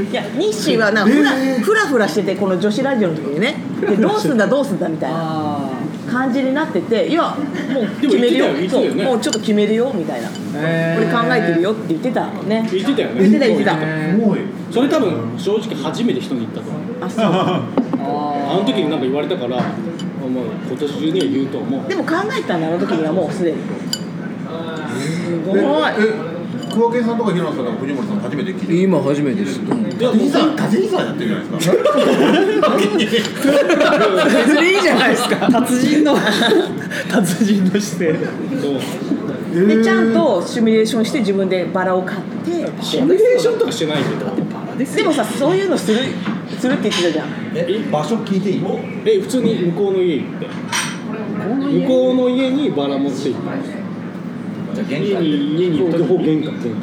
Speaker 3: いや日誌はなふらふらふらしててこの女子ラジオの時にねでどうすんだどうすんだみたいな
Speaker 6: あ
Speaker 3: 感じになってていやもう決めるよ
Speaker 2: でも言ってたよ言ってた
Speaker 3: そ
Speaker 2: よ
Speaker 3: う
Speaker 2: ね
Speaker 3: もうちょっと決めるよみたいな
Speaker 6: あこ
Speaker 3: 俺考えてるよって言ってたね
Speaker 2: 言ってたよ
Speaker 3: 言って
Speaker 2: ね
Speaker 3: た言ってた
Speaker 4: すごい
Speaker 2: それ多分正直初めて人に言ったと思う
Speaker 3: あそう
Speaker 2: あの時になんか言われたからあもう今年中には言うと思う
Speaker 3: でも考えたんだあの時にはもうすでにすごい
Speaker 4: え桑木さんとか平野さんとか藤森さん初めて聞いて
Speaker 1: 今初めて知った
Speaker 2: いやもう
Speaker 4: 風邪ひいさんやってるじゃないですか
Speaker 6: 別にいいじゃないですか達人の達人の姿勢
Speaker 2: そう
Speaker 3: でちゃんとシミュレーションして自分でバラを買って
Speaker 2: シミュレーションとかしてないけど
Speaker 3: でもさそういうのするするって言ってたじゃん
Speaker 7: え場所聞いていい
Speaker 2: え普通に向こうの家行って向こうの家にバラ持って行った
Speaker 7: じゃあ玄
Speaker 2: 家に家に行ったとこ玄関玄関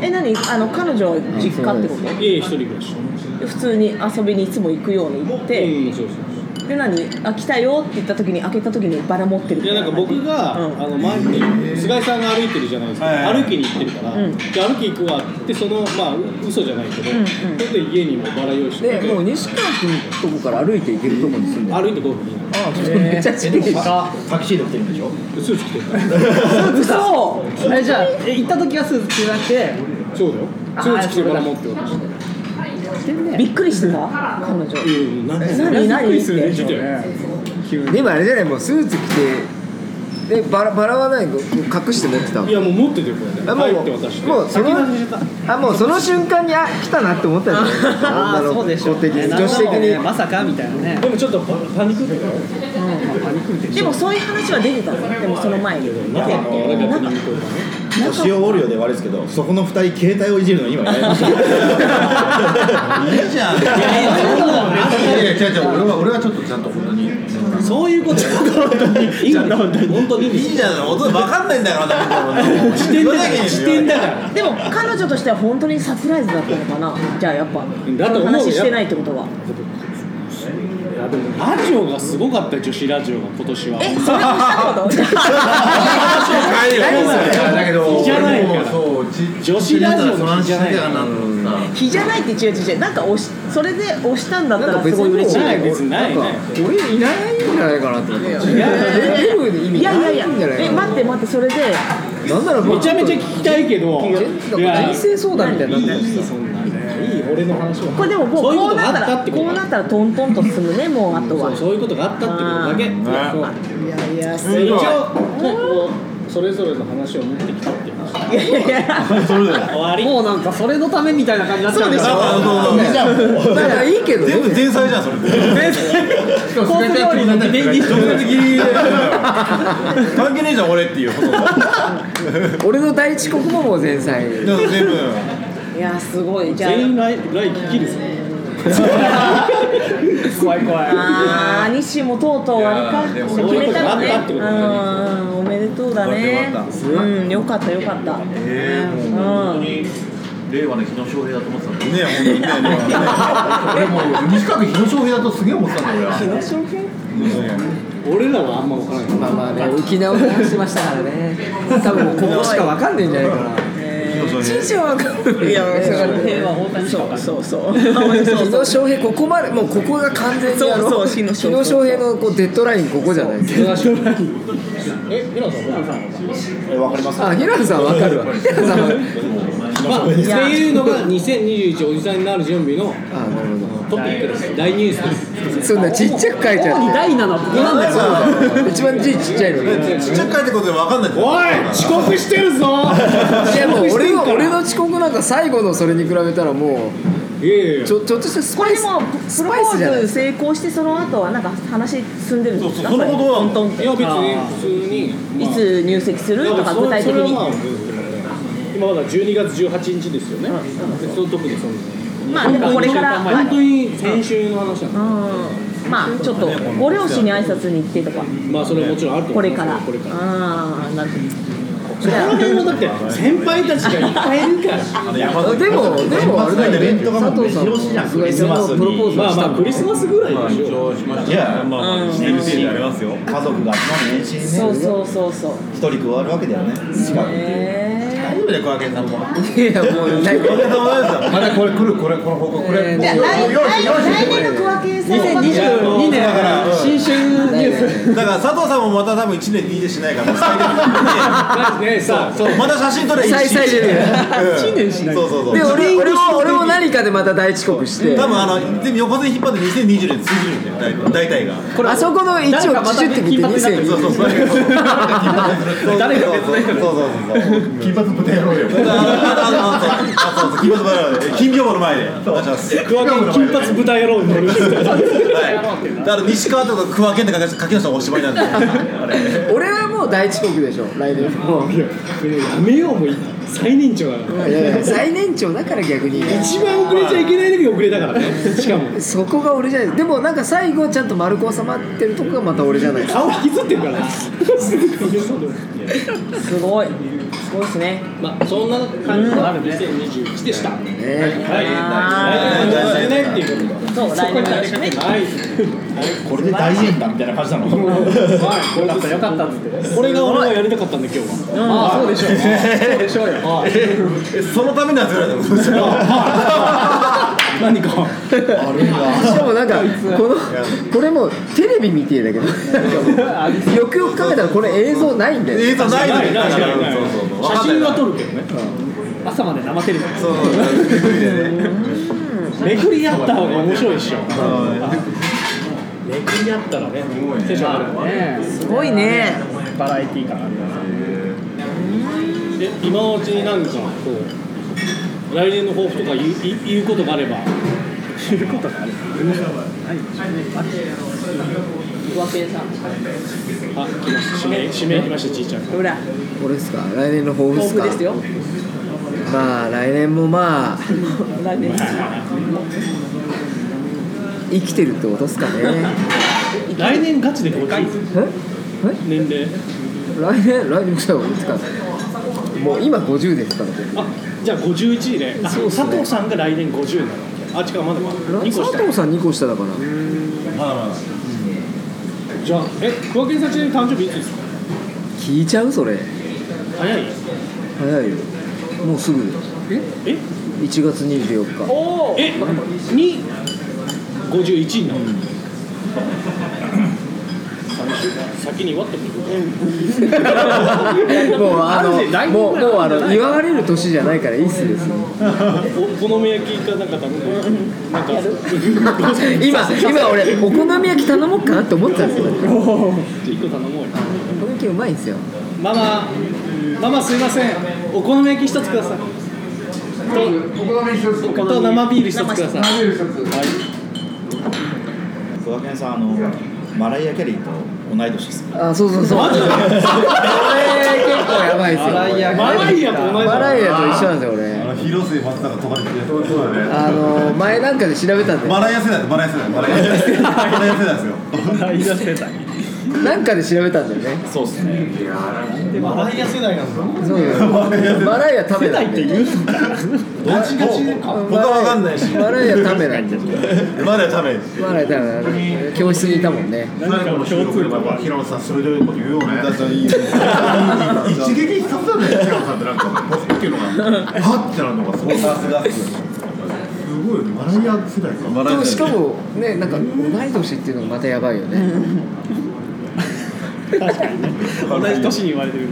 Speaker 3: え何あの彼女は実家ってこ
Speaker 2: 家一人暮らし
Speaker 3: とで普通に遊びにいつも行くように行って、
Speaker 2: うんそうそうそう
Speaker 3: で何あ来たよって言った時に開けた時にバラ持ってる
Speaker 2: いやなんか僕が、
Speaker 3: うん
Speaker 2: あの前に菅井さんが歩いてるじゃないですか、
Speaker 5: はいはいはい
Speaker 2: 歩きに行ってるから、
Speaker 3: うん
Speaker 2: で歩き行くわって言ってそのまあ嘘じゃないけど、
Speaker 3: んうん
Speaker 2: それで家にもバラ用意して
Speaker 1: で
Speaker 2: て
Speaker 1: もう西川君のとこから歩いて行けるとこに住んでる
Speaker 2: 歩いて5分に
Speaker 1: あめっちゃ近いでしょ
Speaker 7: タキシード着てるんでしょ
Speaker 2: スーツ着てた
Speaker 3: 嘘
Speaker 6: あれじゃあえ行った時はスーツ着てなくて
Speaker 2: そうだよ
Speaker 6: あー
Speaker 2: スーツ着てバラ持って私
Speaker 3: びっくりしてた彼女
Speaker 2: うんなんで
Speaker 3: 何何って
Speaker 2: るね
Speaker 1: でもあれじゃないもうスーツ着てでバラバラはないこう隠して持ってたの
Speaker 2: いやもう持っててこれ
Speaker 1: あもう
Speaker 2: 入って渡して
Speaker 1: もうそのあもうその瞬間にあ来たなって思ったんじゃないですか
Speaker 6: あ
Speaker 1: 女
Speaker 6: あ
Speaker 1: の
Speaker 6: そう
Speaker 1: 子
Speaker 6: で
Speaker 1: 的
Speaker 6: しょうね
Speaker 1: に女子的に
Speaker 6: まさかみたいなね
Speaker 2: でもちょっとパパニックってから
Speaker 3: でもそういう話は出てたのでもその前に
Speaker 2: なかったよね逆に向こうがね
Speaker 7: 腰を折るようで悪いですけどそこの二人携帯をいじるの今やめましょう
Speaker 5: いいじゃ
Speaker 4: い
Speaker 5: ん
Speaker 4: やいや違う違う俺は俺はちょっとちゃんと本当に
Speaker 2: そういうこといいんだ本当にいいん
Speaker 5: い
Speaker 2: で
Speaker 5: い
Speaker 2: す
Speaker 5: じゃん音分かんないんだからだ
Speaker 2: 時点だから時点だから
Speaker 3: でも彼女としては本当にサプライズだったのかなじゃあやっ
Speaker 2: だ
Speaker 3: ぱ
Speaker 2: と思うよ
Speaker 3: 話してないってことはい
Speaker 2: やでもラジオがすごかったよ女子ラジオが今年は
Speaker 3: えそれもしたってこ と
Speaker 4: だけ
Speaker 2: い
Speaker 4: ど
Speaker 2: いじゃないか
Speaker 4: 俺
Speaker 2: ら
Speaker 4: もそうち
Speaker 2: 女子ラジオ
Speaker 4: その
Speaker 2: の日
Speaker 4: 話
Speaker 2: じゃ
Speaker 4: だ
Speaker 2: ない
Speaker 4: け
Speaker 2: か
Speaker 4: だ
Speaker 2: ら
Speaker 4: なと思った
Speaker 3: 日じゃないって違う違う違うなんか押しそれで押したんだった
Speaker 1: なんから別
Speaker 3: す
Speaker 1: に
Speaker 3: ごい嬉しい
Speaker 2: ない別にないね
Speaker 1: んか俺いらないんじゃないかなって思って出てる意
Speaker 3: い
Speaker 1: 味
Speaker 3: やいやい
Speaker 1: な
Speaker 3: や
Speaker 1: いんじゃない
Speaker 3: え
Speaker 1: か
Speaker 3: 待って待ってそれで
Speaker 1: ななんなら
Speaker 2: めちゃめちゃ聞きたいけどいや
Speaker 1: 人生相談みたいになってる
Speaker 2: そんなねいい俺の話を
Speaker 3: これでももう
Speaker 2: そういう
Speaker 3: こ
Speaker 2: こ
Speaker 3: う
Speaker 2: と
Speaker 3: な
Speaker 2: が
Speaker 3: った
Speaker 2: あった
Speaker 3: ら
Speaker 2: ってこと
Speaker 3: こうなったらトントンと進むねもうあと
Speaker 2: そう
Speaker 3: は
Speaker 2: そういうことがあったってことだけ
Speaker 3: いやいやす
Speaker 2: そう
Speaker 3: ごい
Speaker 2: 一応ねこうそれぞれの話を持ってきたっていう話
Speaker 3: いやいやいや
Speaker 2: 終わり
Speaker 6: もうなんかそれのためみたいな感じになっちゃう
Speaker 1: だからいいけどね
Speaker 5: 全部前菜じゃんそれ
Speaker 6: コース料理のメニュー
Speaker 5: 関係ねえじゃん俺っていうことだ
Speaker 1: 俺の第一国語も前菜
Speaker 5: 全部
Speaker 3: いやすごいじゃあ
Speaker 2: 全員来来聞きですよ
Speaker 6: 怖い怖い
Speaker 3: あー西もとうとうあれか決めたの
Speaker 2: いや
Speaker 3: ね
Speaker 2: でもそういうことがあったってことだ
Speaker 3: うんおめでとうだねうんよかったよかった
Speaker 4: えー
Speaker 3: う
Speaker 4: もう本当
Speaker 3: ん
Speaker 4: に令和の日野翔平だと思ってたんだ
Speaker 5: ねえ本当にね
Speaker 4: 俺もう西川君日野翔平だとすげえ思ってたんだ俺は
Speaker 2: 俺らはあんま分からない
Speaker 1: まあまあね沖縄を話しましたからね多分もうここしかわかんないんじゃないかな
Speaker 3: 新庄は分いや平和大谷そうそ うそうそうそう
Speaker 1: 日野翔平ここまでもうここが完全にあの
Speaker 3: そうそう日野翔平
Speaker 1: 日野平のこうデッドラインここじゃないですか
Speaker 2: え平野さんは
Speaker 7: えわかります
Speaker 1: あ平野さんわかるわ平野さんは
Speaker 2: まあっていうのが2021おじさんになる準備の
Speaker 1: あなるほ
Speaker 2: トピックです大ニュース です
Speaker 1: どそんなちっちゃく書いち
Speaker 6: 主に
Speaker 1: ゃっ
Speaker 6: 第7部なんだよ
Speaker 1: て一番字ちっちゃいのにい
Speaker 5: ちっちゃく書いてことで分かんない
Speaker 2: おい遅刻してるぞ
Speaker 1: やもう
Speaker 2: 遅刻して
Speaker 1: 俺
Speaker 2: る
Speaker 1: の
Speaker 2: から
Speaker 1: 俺の遅刻なんか最後のそれに比べたらも
Speaker 2: いやいやいうや
Speaker 1: ちょちょっとしたス
Speaker 3: こ
Speaker 1: パイ
Speaker 3: れ
Speaker 1: ス
Speaker 3: もプ
Speaker 1: ス
Speaker 3: ロ
Speaker 1: パイ
Speaker 3: ポ
Speaker 1: スじゃな
Speaker 3: ー
Speaker 1: い
Speaker 3: ズ成功してその後はなんか話進んでるんですか
Speaker 5: そうそうその後は
Speaker 3: れトン
Speaker 2: い
Speaker 3: トン
Speaker 2: や
Speaker 3: っ
Speaker 2: 別に普通に、
Speaker 3: ていつ入籍するとか具体的に
Speaker 2: 今まだ12月18日ですよね、別の特にそんな
Speaker 3: まあでもこれから
Speaker 2: 本当に先週の話なんで、
Speaker 3: うんまあちょっとご両親に挨拶に行ってとか
Speaker 2: まあそれはもちろんあると思
Speaker 3: こ
Speaker 2: いま
Speaker 3: れ
Speaker 2: す
Speaker 3: から
Speaker 2: これから
Speaker 3: ああなるほど
Speaker 2: そこら辺もだって先輩たちがいっぱいいる から
Speaker 1: でもでもあれだよね佐藤さんも菅井さんのプロポーズ
Speaker 2: ま
Speaker 1: は
Speaker 2: あ
Speaker 1: した
Speaker 2: まあクリスマスぐらいでしょ
Speaker 7: いや
Speaker 5: まあまあしてるシーンありますよ
Speaker 7: 家族が集まる年始に
Speaker 3: そう
Speaker 7: ね
Speaker 3: そうそうそう
Speaker 7: 一人加わるわけだよねしかも
Speaker 3: へ
Speaker 4: 大丈夫で小明さんも
Speaker 1: いやもうない
Speaker 5: ありがとうございます
Speaker 4: またこれ来るこれこの報告こ
Speaker 1: え
Speaker 4: れ
Speaker 1: ー
Speaker 4: もう
Speaker 3: 来
Speaker 4: よしよし
Speaker 3: 来年の小分けさん
Speaker 6: 2022年新春ニュース
Speaker 5: だから佐藤さんもまた多分1年 DJ しないから
Speaker 2: ねさ
Speaker 5: そうまた写真撮れ
Speaker 1: 再再出る
Speaker 5: 1年しないそうそうそう
Speaker 1: で俺俺も俺も何かでまた大遅刻して
Speaker 5: 多分あの全部横線引っ張って2020年通じるんだよ大体が
Speaker 1: あそこの一応基準って見て2020
Speaker 5: そうそうそうそうそうそう
Speaker 6: 誰が別
Speaker 5: そうそう
Speaker 7: 金髪豚野郎よ
Speaker 5: ああああそうそう金髪バラバラで金屏風の前でお願いします
Speaker 2: クワゲン金髪豚野郎に乗る
Speaker 5: はいだから西川とか区分けって書き書き出したらおしまいなんであれ
Speaker 1: 俺はもう大遅刻でしょ来年もう
Speaker 2: やめようもう最年長だから
Speaker 1: いやいや最年長だから逆に
Speaker 2: 一番遅れちゃいけない時に遅れたからねしかも
Speaker 1: そこが俺じゃないでもなんか最後ちゃんと丸く収まってるとこがまた俺じゃないですか
Speaker 2: 顔引きずってるから
Speaker 3: すごいすごいですね
Speaker 2: まあそんな感じがあるね2021でしたはい
Speaker 1: ね
Speaker 3: あ
Speaker 5: ー
Speaker 2: 大事ねっていうこと
Speaker 3: ーそう来年の話ね
Speaker 2: はい
Speaker 7: これで大変だみたいな感じなの
Speaker 2: これだったよかったっつってこれが俺がやりたかったんで今日は
Speaker 3: ああそうでしょうそうでしょうよ
Speaker 5: えそのために集めら れたのそうそう
Speaker 2: 何か
Speaker 1: しかもなんかこのこれもうテレビ見てえだけどよくよく考えたらこれ映像ないんだよね
Speaker 5: 映像ないのに
Speaker 2: ないないない
Speaker 5: そうそうそう
Speaker 2: 写真は撮るけどね
Speaker 6: 朝まで生テレビ
Speaker 5: そうそうびっくりでね
Speaker 2: めくり合った方が面白いっしょめくり合ったらねテンション上がるわ
Speaker 3: すごいね
Speaker 6: バラエティー感あります
Speaker 2: で今のうちに何かこう来年の抱負とか言う言言うことがあれば
Speaker 6: 言うことがあるないでしょうね
Speaker 3: 小分けさん
Speaker 2: あ来ました指名指名来ましたちいちゃん
Speaker 3: ほら
Speaker 1: これですか来年の抱負で
Speaker 3: 豊
Speaker 1: す
Speaker 3: 富
Speaker 1: か
Speaker 3: ですよ
Speaker 1: まあ来年もまあ
Speaker 3: 来年
Speaker 1: 生きてるってことですかね
Speaker 2: 来年ガチで50
Speaker 1: え
Speaker 2: 年齢
Speaker 1: え来年来年じゃあいつかもう今50ですからね
Speaker 2: あじゃあ51で、あ
Speaker 1: そうっすね
Speaker 2: 佐藤さんが来年50なのあ違うまだまだ2個
Speaker 1: 佐
Speaker 2: 下
Speaker 1: 藤さん2個下だから
Speaker 2: じゃあえ桑健さんちなみに誕生日いつですか
Speaker 1: 聞いちゃうそれ
Speaker 2: 早い
Speaker 1: 早いよもうすぐ
Speaker 2: え
Speaker 1: 1月24日
Speaker 3: おお
Speaker 2: えに51になる、寂しいから先に祝ってくれ
Speaker 1: もうあの
Speaker 2: マジで来年
Speaker 1: もう
Speaker 2: ぐらい
Speaker 1: もうあの祝われる年じゃないからいいっすですよ
Speaker 2: おお好み焼きかなんか頼んでなんか
Speaker 1: 今今俺お好み焼き頼もうかなって思ってたんですよお好
Speaker 2: 一個頼もうよ
Speaker 1: み焼きうまいんですよ
Speaker 2: ママママすいませんお好み焼き一つくださいとと生ビール一つください
Speaker 7: 小田健さんあのマライア・キャリーと同い年です
Speaker 1: あそうそうそう
Speaker 2: マジで
Speaker 1: 俺結構やばいっすよ
Speaker 2: マライアと同じ
Speaker 1: マ
Speaker 2: だ
Speaker 1: ライアと一緒なんですよ俺
Speaker 5: 広末松坂とかれてるそうだね
Speaker 1: あの前なんかで調べたんで
Speaker 5: マライア世代マライア世代マライア世代マライア世代ですよ
Speaker 6: 大学世代
Speaker 1: なんかで調べたんだよね
Speaker 6: そうですね
Speaker 2: マライア世代なんだ
Speaker 1: そうよマライア食べなんで
Speaker 6: 言うのか
Speaker 5: 僕は分かんないし
Speaker 1: マライア食べなんで
Speaker 5: マライアために
Speaker 1: マライア食べなんで教室にいたもんね
Speaker 4: 何かの収録でもやっぱ平野さん鋭いこと言うよね。一撃必殺だね。平野さんってなんかポッっていうのがハッてなるのがすごい。すごいよね。マライア世代か。
Speaker 5: マ
Speaker 1: でもし
Speaker 5: 世
Speaker 1: か
Speaker 5: 代
Speaker 1: もねなんか同い年っていうのがまたやばいよね
Speaker 2: 同じ年に言われてる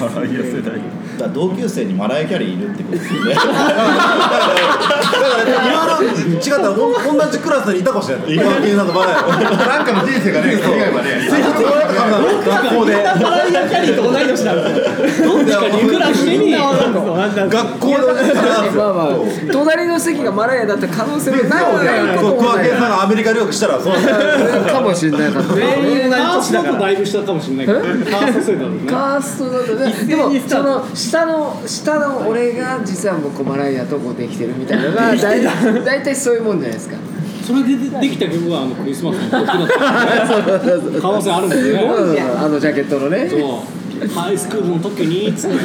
Speaker 5: マライア世代
Speaker 7: だから同級生にマライア・キャリーいるってことですよね
Speaker 5: だからね、いろいろ違ったらおん同じクラスにいたかもしれない。今芸なんかまだ。
Speaker 4: なんかの人生がね、違えばね。
Speaker 5: 学校で
Speaker 2: マライアキャリーと同い年だろどっちかにいくらしてみ
Speaker 5: 学校で同じクラス。
Speaker 1: まあまあ隣の席がマライアだった可能性もないもない
Speaker 5: そう小分けさんがアメリカ留学したらそうなんだよ。
Speaker 1: かもしれないかった
Speaker 2: 全員同じ年だからだいぶ下かもしれないけど
Speaker 1: え
Speaker 2: カースト世代だろうね
Speaker 1: カーストだとねでもその下の下の俺が実は僕マライアとこうできてるみたいなの が大体大体そういうもんじゃないですか
Speaker 2: それででできた曲があの クリスマスの曲だ っ
Speaker 1: そうそうそう
Speaker 2: た可能性あるもん
Speaker 1: そう
Speaker 2: ね
Speaker 1: そうあのジャケットのね
Speaker 2: そうハイスクールの時につって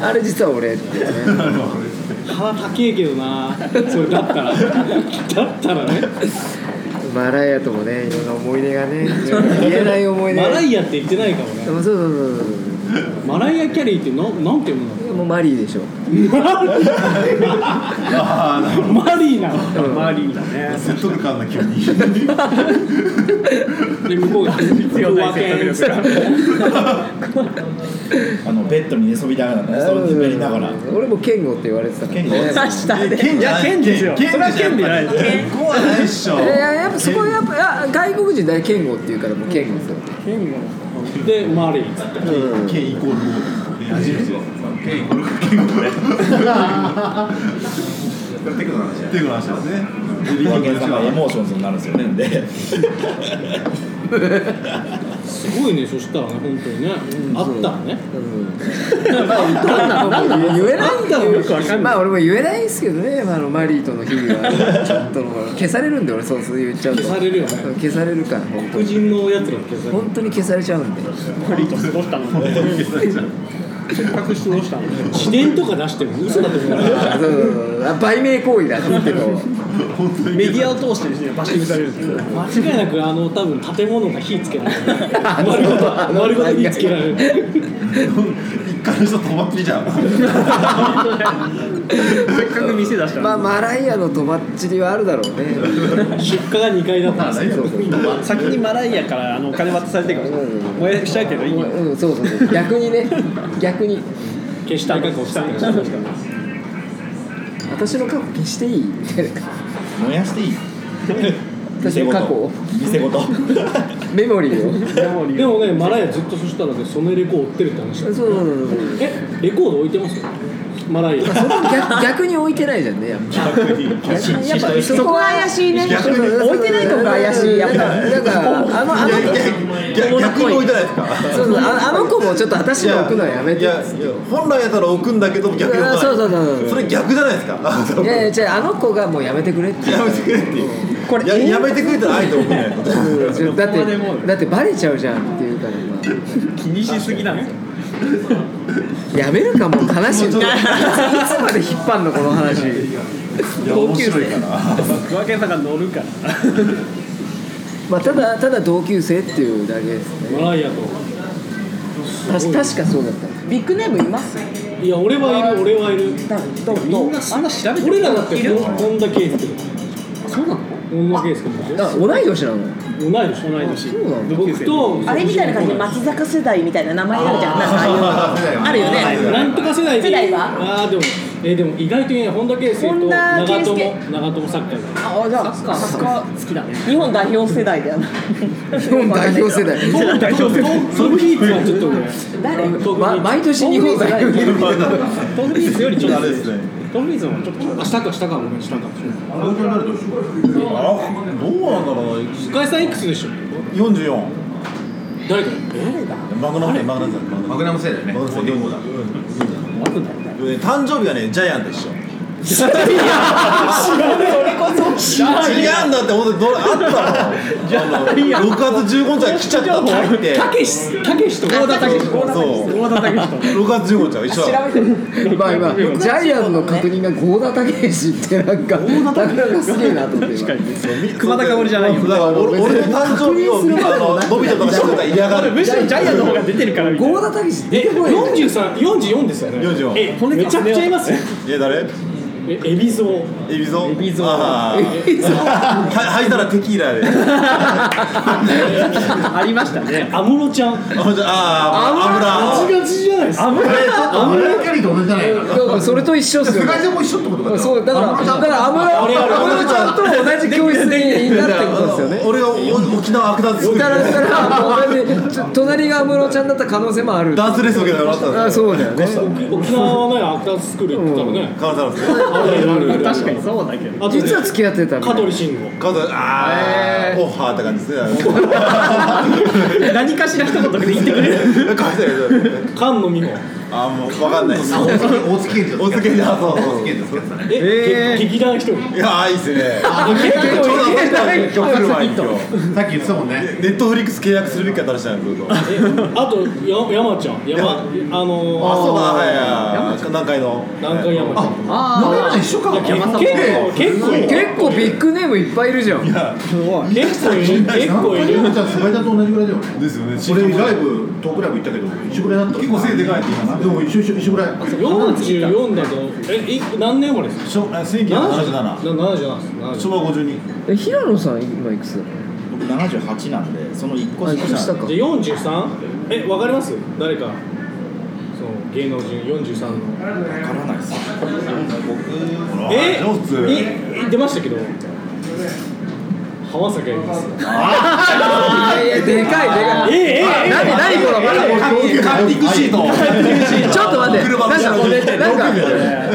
Speaker 1: あれ実は俺っていうね
Speaker 2: 腹高えけどなそれだったらだったらね
Speaker 1: マライアともねいろんな思い出がね言えない思い出
Speaker 2: マラ
Speaker 1: イ
Speaker 2: イアって言ってないかもね
Speaker 1: そうそうそうそう
Speaker 2: マライア・キャリーってななんて読むの
Speaker 1: いやもうマリーでしょ
Speaker 2: マリーなの
Speaker 6: マリーだね
Speaker 5: 説得感な急に
Speaker 2: で向こうが
Speaker 6: 必要ない説得
Speaker 7: あのベッドに寝そびながらね、それを滑りながら。
Speaker 1: 俺もケンゴって言われてたから
Speaker 7: ケン
Speaker 1: ね
Speaker 7: ゴ
Speaker 3: 刺したで
Speaker 5: 剣じゃない
Speaker 6: いや剣ですよ
Speaker 5: 剣
Speaker 6: それは剣でないです
Speaker 5: 剣怖ないっしょ
Speaker 1: いややっぱそこはやっぱいや外国人大剣豪っていうからもう剣豪ですよ、
Speaker 2: でマリー
Speaker 1: うん、
Speaker 5: 剣イコール初めて剣イコール剣イコール
Speaker 4: これテクノの話だ
Speaker 5: っていう話なんですね
Speaker 7: リンケンさんがエモーションズになるんですよね。で、
Speaker 2: すごいねそしたらね本当にね、あったらね
Speaker 1: 言えないんだ
Speaker 6: よくわかんない
Speaker 1: まあ俺も言えないんですけどね、まあ、あのマリーとの日々はちょっともう消されるんで俺そうそう言っちゃうと
Speaker 2: 消されるよね
Speaker 1: 消されるから本当
Speaker 2: 黒
Speaker 1: に
Speaker 2: 人のやつらの決済
Speaker 1: 本当に消されちゃうんで
Speaker 6: マリーと過ごしたのでせっかく過ごしたので
Speaker 2: 自伝とか出しても嘘だと思われる
Speaker 1: あそうそうそうあ売名行為だって言っても
Speaker 6: メディアを通してですねバッシングされるんですよ
Speaker 2: 間違いなくあの多分建物が火つけられ る丸ごと丸ごと火つけられる
Speaker 5: 一回の人とまっきりじゃん
Speaker 6: せっかく店出した
Speaker 1: まあ
Speaker 6: の
Speaker 1: マライアのとばっちりはあるだろうね
Speaker 2: 出荷が2階だったんですよ
Speaker 1: そうそうそう
Speaker 6: に先にマライアからあのお金渡されてから燃やしちゃうけどいいよ
Speaker 1: うん、そうそうそう逆にね逆に
Speaker 2: 消したい過去を捨てた
Speaker 1: 私の過去消していいみたいな
Speaker 7: 燃やしていい。
Speaker 1: 私の過去を
Speaker 7: 店ごと。
Speaker 1: メモリーを
Speaker 2: でもねマライアずっとそしたらねソネレコ追ってるって話
Speaker 1: そうそうそうそう
Speaker 2: えレコード置いてますよマライア
Speaker 1: それ逆逆に置いてないじゃんねやっぱやっぱそ
Speaker 3: そこが怪しいね
Speaker 1: そうそうそう
Speaker 3: 置いてないとこが怪しいやっぱ
Speaker 1: なんかなんかあのあの
Speaker 5: 逆に置いてないですか
Speaker 1: そうそうああの子もちょっと私の置くのはやめて
Speaker 5: いやいや本来やったら置くんだけど逆に置かない
Speaker 1: そうそうそうそう
Speaker 5: それ逆じゃないですか
Speaker 1: いやいやじゃあの子がもうやめてくれって
Speaker 5: やめてくれって
Speaker 3: これ
Speaker 5: ややめてくれたらあえて置くないと
Speaker 1: うんだってだってバレちゃうじゃんっていうからま
Speaker 6: 気にしすぎなの
Speaker 1: あやめるかもう悲しいいつまで引っ張んのこの話
Speaker 3: 同級生
Speaker 6: クワケンさんが乗る から
Speaker 1: まあただただ同級生っていうだけですね
Speaker 2: マライアと
Speaker 1: た確かそうだった
Speaker 3: ビッグネームいます
Speaker 2: いや俺はいる俺はいる
Speaker 3: どう
Speaker 2: み
Speaker 3: ど
Speaker 2: ん
Speaker 3: う
Speaker 2: な調べて俺らだってこん本田圭佑
Speaker 3: そうなの
Speaker 2: 本田圭佑も
Speaker 1: あ同い年なの
Speaker 2: 同い年同い
Speaker 1: あそうなの
Speaker 2: 僕と
Speaker 3: あれみたいな感じで松坂世代みたいな名前あるじゃんなんかああいうのあるよね
Speaker 2: なんとか世代で
Speaker 3: 世代は
Speaker 2: あーでもえーでも意外とね本田圭佑と
Speaker 3: 本田圭
Speaker 2: 長
Speaker 3: 佑
Speaker 2: 友長友サッカーが
Speaker 3: あじゃあサッカー好きだね日本代表世代だよな日
Speaker 1: 日本代表世代
Speaker 2: 代表トム・ヒーツはちょっと俺
Speaker 3: 誰
Speaker 2: トムヒ
Speaker 1: ま
Speaker 2: ーツ
Speaker 1: 毎年日本代表
Speaker 2: トム・ヒーツよりちょっと
Speaker 5: あれですね
Speaker 2: トム・ヒーツもちょっとあ下か下かごめん下か
Speaker 5: 東京になるとしあどうなんだろうな
Speaker 2: 深井さんいくつでしょ
Speaker 5: 44
Speaker 2: 誰か
Speaker 5: マグナムねマグナムさんマグナ
Speaker 4: マグナム
Speaker 5: ム
Speaker 4: 世代ね
Speaker 5: マグナムさん45だうん誕生日はねジャイアンでしょ違うんだって本当にどれあったのあの6月15日は来ちゃったって書いて
Speaker 2: たけしたけしとか
Speaker 5: そう
Speaker 6: 大田武史
Speaker 5: 6月15日は一緒だ
Speaker 1: まあ今ジャイアンの確認が郷田武史ってなんかなかなかすげえなと思って今
Speaker 6: と熊田香織じゃないよ
Speaker 5: だから俺俺の誕生日をみんなあののび太とかしゃべったら嫌がる
Speaker 6: むしろジャイアンの方が出てるからみたいな
Speaker 1: 郷田武史出
Speaker 2: え
Speaker 1: てこない
Speaker 2: 四十三四十四ですよね
Speaker 5: 44
Speaker 2: えめちゃくちゃいますよ
Speaker 5: え誰
Speaker 2: え海老蔵
Speaker 5: エビゾエ
Speaker 6: ビゾ
Speaker 5: ああはいたらテキーラで
Speaker 6: ありましたね
Speaker 2: 安室ちゃん
Speaker 5: あじゃああ
Speaker 2: ガチガチじゃないですか
Speaker 4: これちょっと村井キャリーと同じじゃないかな
Speaker 1: だからそれと一緒っすよ
Speaker 4: 世界線も一緒ってことかじゃあ
Speaker 1: そうだからだから安室
Speaker 2: 俺俺
Speaker 1: 安室ちゃんと同じ教室にいたってことですよね
Speaker 5: 油俺がお沖縄悪ダする
Speaker 1: だからだから同じちょ隣が安室ちゃんだった可能性もある
Speaker 5: ダンスレッスン受けたらもらったん
Speaker 1: あ
Speaker 5: ですよ
Speaker 1: そうだよね
Speaker 2: 沖縄はねアクターズスクール行ってたらね
Speaker 5: 金沢ですね
Speaker 2: あるあるあるある
Speaker 6: 確かにそうだけど
Speaker 2: あとね
Speaker 1: 実は付き合ってたんだ
Speaker 2: 香取慎吾
Speaker 5: 金沢あ
Speaker 1: へ
Speaker 5: あ
Speaker 1: ー
Speaker 5: オッハーって感じですね
Speaker 6: 何かしら一言で言ってくれる
Speaker 5: 返せない
Speaker 2: 菅野美穂
Speaker 5: あもうわかんないです。
Speaker 4: 大月大月県
Speaker 5: お付けで、あそう
Speaker 4: 大
Speaker 5: そう
Speaker 4: 月県ですか
Speaker 2: え
Speaker 6: えー
Speaker 2: 劇団一人
Speaker 5: いやーいいっすね。
Speaker 2: 劇
Speaker 5: ちょうど
Speaker 2: 団
Speaker 5: 今日来る前に今日。
Speaker 4: さっき言ってたもんね
Speaker 5: ネットフリックス契約するべきかしじゃない僕。あ
Speaker 2: あとや山ちゃん山あのー
Speaker 5: そうだはいはいはい。何回の。
Speaker 2: 南海山ちゃん
Speaker 4: 飲め
Speaker 3: あ
Speaker 4: ない一緒か
Speaker 2: 結構結構
Speaker 1: 結構ビッグネームいっぱいいるじゃん
Speaker 2: 結構いる結構いる
Speaker 4: じゃあ菅井田と同じぐらいだよね
Speaker 5: ですよね。
Speaker 4: 俺ライブトークライブ行ったけど一緒ぐらいだった
Speaker 5: 結構背でかいって言います
Speaker 4: でも一緒一緒一緒ぐらい
Speaker 2: 44だとえい何年生まれですか
Speaker 5: しょ千九百七十七。
Speaker 2: 7じゃないです
Speaker 5: 昭和五十二。
Speaker 1: え平野さん今いくつだ
Speaker 7: 僕78なんでその1個
Speaker 1: あいくつ
Speaker 7: 下
Speaker 1: 下
Speaker 7: なん
Speaker 1: か
Speaker 2: じゃあ 43? え、わかります誰かその芸能人43の
Speaker 7: でわからないです
Speaker 2: え
Speaker 5: 上手
Speaker 2: いい出ましたけど浜崎あゆみです
Speaker 1: いやいやでかいでかい
Speaker 2: ええええ
Speaker 1: 何何この
Speaker 5: カッティングシート。
Speaker 1: ちょっと待って、
Speaker 5: 車の
Speaker 1: なんか
Speaker 5: 後ろ
Speaker 1: こ
Speaker 5: に
Speaker 1: れ、なんか、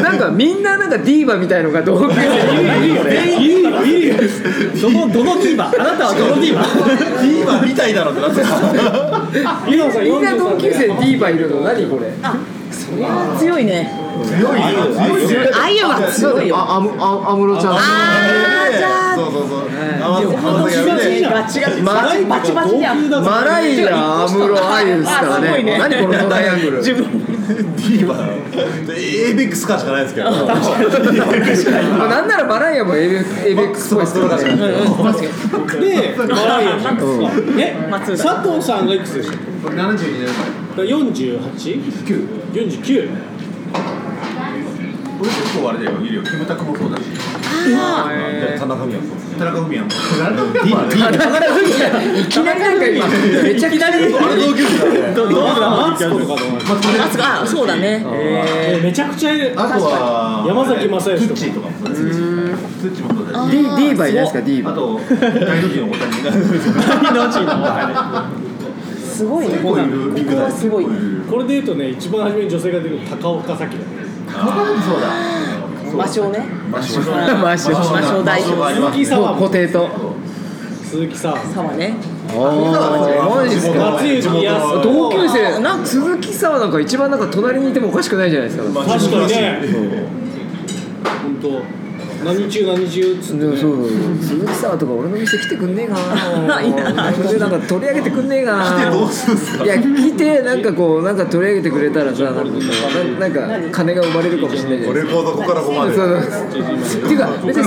Speaker 1: なんかみんななんかディーバみたいのが同級生にいるよね。
Speaker 2: いるよいるよどのどのディーバーあなたはどのディーバー
Speaker 5: 今みたいだろってなってた。
Speaker 2: 伊野さん
Speaker 1: みんな同級生でディー
Speaker 2: 43
Speaker 1: バいるの、何これ。
Speaker 3: あ強いね
Speaker 5: 強い強いね。
Speaker 3: あゆは強いよ
Speaker 1: あ、あむ、あ、安室ちゃん。
Speaker 3: あーじゃあ
Speaker 5: そうそうそう。
Speaker 3: ガチガチバチバチじゃん
Speaker 1: マライア、安室、あゆですから
Speaker 3: あすごい
Speaker 1: ね。
Speaker 3: ね
Speaker 1: 何このトライアングル。
Speaker 3: 自分
Speaker 5: エイベックスかしかないですけど。
Speaker 1: まあなんならマライアもエベエベックスっぽいですからね。
Speaker 2: で、マライアちゃん
Speaker 1: うん
Speaker 2: え、
Speaker 3: 松浦
Speaker 2: 佐藤さんがいくつでしたっ
Speaker 4: 俺72年
Speaker 2: け 48?49
Speaker 4: 前俺結構あれだよいるよキムタクもそうだし
Speaker 5: 田中美
Speaker 4: 田中文也も田中文也もあ
Speaker 1: い
Speaker 4: れ
Speaker 1: きなりなんか今、めちゃくちゃ。
Speaker 5: あれ同級生だね。
Speaker 2: どどマツコとかと同じ
Speaker 3: あそうあそうだね
Speaker 2: えーめちゃくちゃいる
Speaker 4: あとは
Speaker 2: 山崎まさよし
Speaker 4: ツ
Speaker 2: と
Speaker 4: ッ
Speaker 2: か
Speaker 4: チーとかもそうだしツッチーもそうだし
Speaker 1: ディディーバいないですか、ディー
Speaker 4: あ
Speaker 1: バ。
Speaker 4: と大の字の大谷が
Speaker 3: すごいね
Speaker 4: 結構いるビッグ
Speaker 3: ここはすごいね
Speaker 2: これで言うとね一番初めに女性が出る高岡早紀だ
Speaker 4: そうだ
Speaker 3: 魔性ね
Speaker 4: マシュ
Speaker 1: マシュ
Speaker 3: 魔性代表
Speaker 2: 鈴
Speaker 1: ポ
Speaker 2: 木沢
Speaker 1: ポ
Speaker 2: も
Speaker 1: テト。
Speaker 2: 鈴木沢
Speaker 3: さはね
Speaker 1: おー、マジっすか。
Speaker 2: 松雪康
Speaker 1: 同級生
Speaker 3: あなんか
Speaker 1: 鈴木さんはなんか一番なんか隣にいてもおかしくないじゃないですか。
Speaker 2: 確かにね本当何中何中っつって、
Speaker 1: でも
Speaker 2: ね、
Speaker 1: そう鈴木さんとか俺の店来てくんねえかな。
Speaker 3: いな
Speaker 1: それでなんか取り上げてくんねえかな。
Speaker 5: どうするんですか。
Speaker 1: いや来てなんかこうなんか取り上げてくれたらさなんかななんか金が生まれるかもしれないじゃない
Speaker 5: レ
Speaker 1: で
Speaker 5: コードここからここますで。
Speaker 1: か。そう
Speaker 5: い
Speaker 1: そうっていうか別に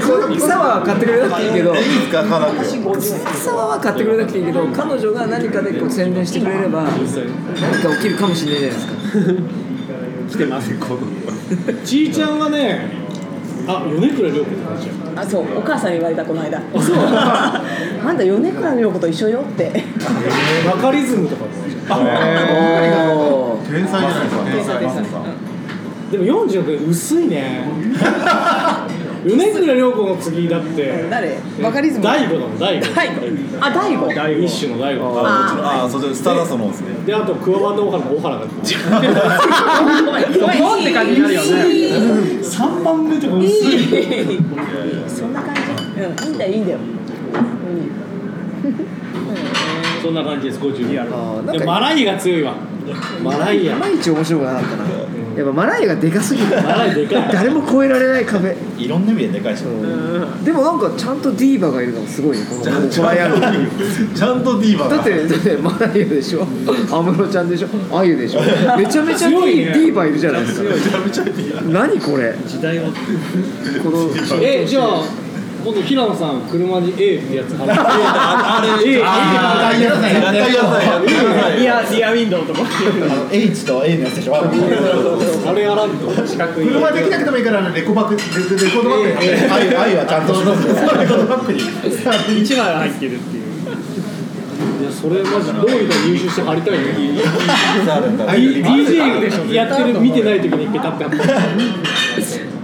Speaker 1: 鈴木さんは買ってくれなくていいけど。
Speaker 5: いですかかなって。
Speaker 1: 鈴木さんは買ってくれなくていいけど彼女が何かでこう宣伝してくれれば何か起きるかもしれないじゃないですか。
Speaker 6: 来てます
Speaker 2: ちいちゃんがねあ米倉涼子って感じ
Speaker 3: あそうお母さんに言われたこの間 そうあんた米倉涼子と一緒よって
Speaker 2: バカリズムとかも
Speaker 1: おー
Speaker 4: 天才じゃないですか天才
Speaker 2: でも46薄いね米倉涼子の次だって
Speaker 3: 誰バカリズム
Speaker 2: 大悟だもん大悟
Speaker 3: はいあ大悟
Speaker 2: 大悟一種の大悟
Speaker 5: ああ、そっちスターダストのですね。
Speaker 2: であとクワバンドオハラのオハラが
Speaker 3: 怖い怖いって感じになるよね
Speaker 2: 3番目とか
Speaker 3: い
Speaker 2: 薄い
Speaker 3: いそんな感じうんいいんだよいいんだよ
Speaker 2: そんな感じです50
Speaker 1: あーなん
Speaker 2: で
Speaker 1: か
Speaker 2: マライアが強いわマライア
Speaker 1: いまいち面白くなかったなやっぱマライアがでかすぎる
Speaker 2: マライアでかい
Speaker 1: 誰も超えられない壁
Speaker 7: いろんな意味ででかいし
Speaker 1: でもなんかちゃんとディーバがいるのがすごいねこのトライアングル
Speaker 5: ちゃんとディーバ
Speaker 1: だってだってマライアでしょ安室ちゃんでしょあゆでしょめちゃめちゃディ,、
Speaker 2: 強いね
Speaker 1: ディーバいるじゃないですか何これ時代をこの
Speaker 2: えじゃあ今度平野さん車に A ってやつ貼る A
Speaker 5: あ
Speaker 2: あ
Speaker 5: やらないやらないやらないやらない。
Speaker 6: リアリアウィンドウとか
Speaker 7: H と A のやつでしょ
Speaker 2: あれやらんと四角い
Speaker 4: 車できなくてもいいからあのレコバックレレコードバックにレ
Speaker 7: 愛愛はちゃんとしますよ
Speaker 4: コードバックに
Speaker 6: 一枚入ってるっていう
Speaker 2: いやそれマジどういうの入手して貼りたいね D- DJ やってる見てない時にペタって貼って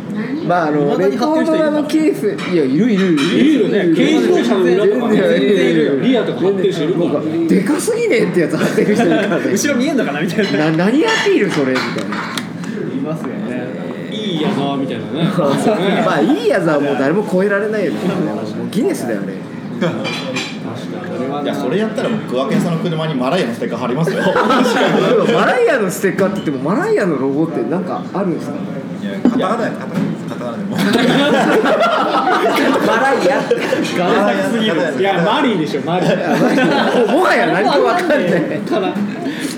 Speaker 1: まああのレコードのあのケースいやいるいるいる
Speaker 2: いるよね軽自動車の裏とかね
Speaker 1: 全然いるよ
Speaker 2: リアとか貼ってる人いるから
Speaker 1: なんかでかすぎねえってやつ貼ってる人いるからね
Speaker 6: 後ろ見えんのかなみたいな
Speaker 1: な何アピールそれみたいな。
Speaker 6: いますよね
Speaker 2: いい矢沢みたいなね
Speaker 1: まあいいやつはもう誰も超えられないよね。もうギネスだよね。
Speaker 2: 確
Speaker 1: れはい
Speaker 7: やそれやったらもうクワケンさんの車にマライアのステッカー貼りますよ
Speaker 1: でもマライアのステッカーって言ってもマライアのロゴってなんかあるんですか
Speaker 5: いやカタカナやカタカナですカタカナでもう
Speaker 1: マライア
Speaker 5: 贋作すぎる
Speaker 2: いやマリーでしょマリー
Speaker 1: もはや何もわかんない
Speaker 2: ただ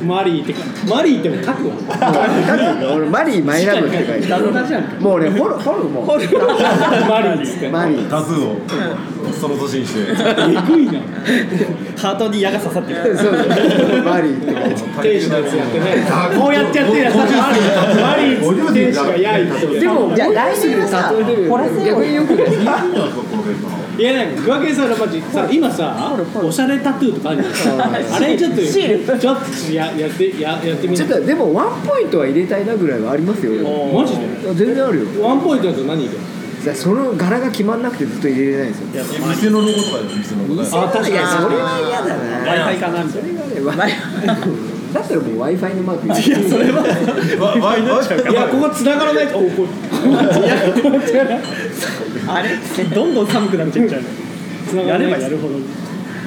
Speaker 2: マリーってマリーっても書くわ
Speaker 1: 俺マリーマイラブって書いて
Speaker 2: ダ
Speaker 1: あ
Speaker 2: ダ
Speaker 1: る
Speaker 2: ダじゃん
Speaker 1: もう俺フォロフォローもう
Speaker 2: マリーっつって
Speaker 1: マリー
Speaker 5: タトゥーをその年にして
Speaker 2: えぐいな
Speaker 8: ハートに矢が刺さってる
Speaker 1: そうですマリーって書いて
Speaker 2: 天使のやつやってねこうやってやってるやつマリーマリーっつって天使が矢いって
Speaker 1: あるでも
Speaker 3: じゃあ来年はさ凝らせよ
Speaker 1: 逆
Speaker 3: うよ
Speaker 1: によくない
Speaker 2: いやなんか桑木さんのマジさ今さおしゃれタトゥーとかあるじゃんあれちょっと
Speaker 3: シール
Speaker 2: ちょっとややってややってみ
Speaker 1: ち
Speaker 2: な
Speaker 1: ょっとでもワンポイントは入れたいなぐらいはありますよ俺
Speaker 2: マジで
Speaker 1: 全然あるよ
Speaker 2: ワンポイントだと何
Speaker 1: だ
Speaker 2: で
Speaker 1: からその柄が決まんなくてずっと入れれないんですよ
Speaker 5: 店のロゴとかで店のロゴ
Speaker 2: あ確か
Speaker 1: い
Speaker 2: に
Speaker 1: やそれは嫌だな
Speaker 8: w i かなみたいな
Speaker 1: それはねだったらもう w i f i のマーク入れる
Speaker 5: わわいなっちゃうか
Speaker 2: いやここ繋がらないとおこう
Speaker 8: あれどんどん寒くなっていっちゃう
Speaker 2: 繋が
Speaker 8: や
Speaker 2: ら
Speaker 8: れ
Speaker 2: な
Speaker 8: ば
Speaker 2: い
Speaker 8: やるほど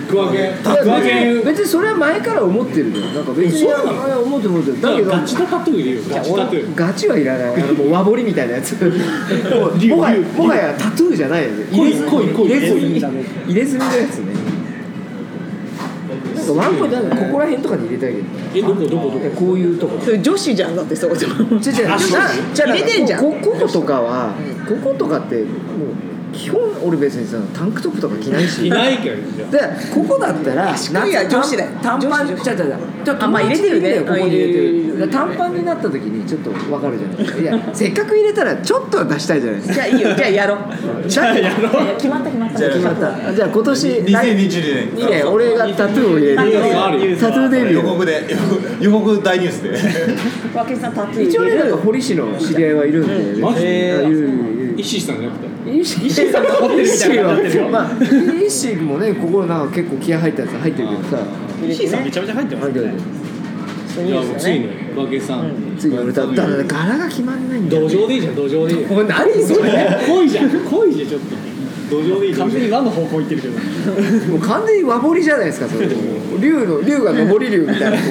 Speaker 2: 桑木
Speaker 1: い
Speaker 2: 桑
Speaker 1: や
Speaker 2: 木
Speaker 1: 別にそれは前から思ってるのよなんか別に
Speaker 2: そうなの
Speaker 1: あれ思ってる思ってるだけど
Speaker 2: ガチのタトゥーいるよガチタトゥー
Speaker 1: ガチはいらないあのもう和彫りみたいなやつもうもはやもはやタトゥーじゃないよね
Speaker 2: 濃い濃い濃い
Speaker 1: 入れ墨
Speaker 2: 濃い
Speaker 1: 入れ墨のやつねなんかワンポイントなんかここら辺とかに入れたいけど
Speaker 2: えどこどこどこ
Speaker 1: えこういうとこ
Speaker 3: それ女子じゃんだってそうじゃん
Speaker 1: 違う違う
Speaker 3: あそう
Speaker 1: なじゃあ
Speaker 3: 入れてんじゃん
Speaker 1: ここことかはこことかってもう基本俺別にさタンクトップとか着ないし
Speaker 2: いないけど じゃ
Speaker 1: でここだったらし
Speaker 3: っかりは女子だよ
Speaker 1: 短パン
Speaker 3: 女
Speaker 1: ち
Speaker 3: 子
Speaker 1: ゃちゃちゃちょ
Speaker 3: あまあ入れてるね
Speaker 1: ここに入れて
Speaker 3: うん入れて
Speaker 1: る
Speaker 3: る
Speaker 1: だから短パンになった時にちょっとわかるじゃないですかい やせっかく入れたらちょっとは出したいじゃないです
Speaker 3: じ
Speaker 1: か
Speaker 3: ゃあいいよじゃあやろう
Speaker 1: じゃあやろ
Speaker 3: いや決まった決まった
Speaker 5: じゃあ
Speaker 1: 決まったじゃあ今年
Speaker 5: 2022年
Speaker 1: いいね俺がタトゥーを入れ
Speaker 3: タトゥーがあ
Speaker 2: る
Speaker 1: るタトゥーデビ
Speaker 5: 予
Speaker 1: ュー
Speaker 5: 告で予告予告大ニュースで
Speaker 3: 和けさんタトゥー
Speaker 1: 一応
Speaker 3: 入
Speaker 1: ね
Speaker 3: れ
Speaker 1: なん
Speaker 3: る
Speaker 1: か堀市の知り合いはいるんで
Speaker 2: マジで
Speaker 1: あいるいるいる
Speaker 2: あ石井さんじゃなくて
Speaker 1: 石井さんがってるみたいなまあ石井もねここなんか結構気合入ったやつ入ってるけどさ
Speaker 8: 石井さんめちゃめちゃ入ってま
Speaker 1: 入
Speaker 8: す
Speaker 1: って
Speaker 8: ね
Speaker 1: る
Speaker 2: いやもうついに桑木さん
Speaker 1: ついに俺だだから柄が決まんないんだ
Speaker 2: 土
Speaker 1: よ
Speaker 2: 壌でいいじゃん土壌でいいよ
Speaker 1: もう何それ
Speaker 2: 濃いじゃん濃いじゃんちょっと土壌でいいじゃん
Speaker 8: 完全に輪の方向行ってるけど
Speaker 1: もう完全に和彫りじゃないですかそれもう竜の竜が上り竜みたいなこ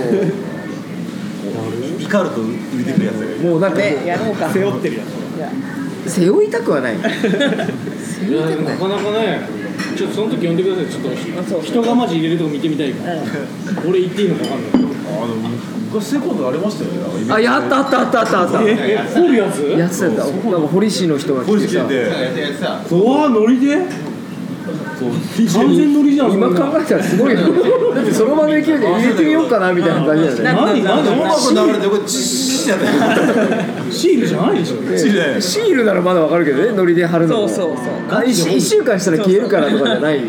Speaker 5: イカルト浮いてくるやつ
Speaker 1: うもうなんか
Speaker 3: ねやろうか
Speaker 8: 背負ってるやつ
Speaker 1: 背負いたくはない
Speaker 2: いやでもなかなかねちょっとその時呼んでくださいちょっと人がマジ入れるとこ見てみたいから 俺行っていいのか分かんない
Speaker 5: あの昔セコンドありましたよねなんかイベント
Speaker 1: あやったあったあったあったあったや
Speaker 2: ええ掘るやつ
Speaker 1: ってたやったなんか堀市の人が
Speaker 5: ポ
Speaker 1: 来
Speaker 5: リ
Speaker 1: て
Speaker 5: ス来
Speaker 1: さ
Speaker 5: てて
Speaker 2: うわノリで完全ノリじゃん
Speaker 1: 今
Speaker 2: そんな
Speaker 1: 考えたらすごいよだってその場の勢いで入れてみようかなみたいな感じ だよね
Speaker 2: 何何
Speaker 5: 音楽流れてこれチッシッシッってなって
Speaker 2: シールじゃないでしょ
Speaker 5: シールね
Speaker 1: シールならまだわかるけどねノリで貼るの
Speaker 3: そ
Speaker 1: も
Speaker 3: うそうそう
Speaker 1: あ一週一週間したら消えるからとかじゃない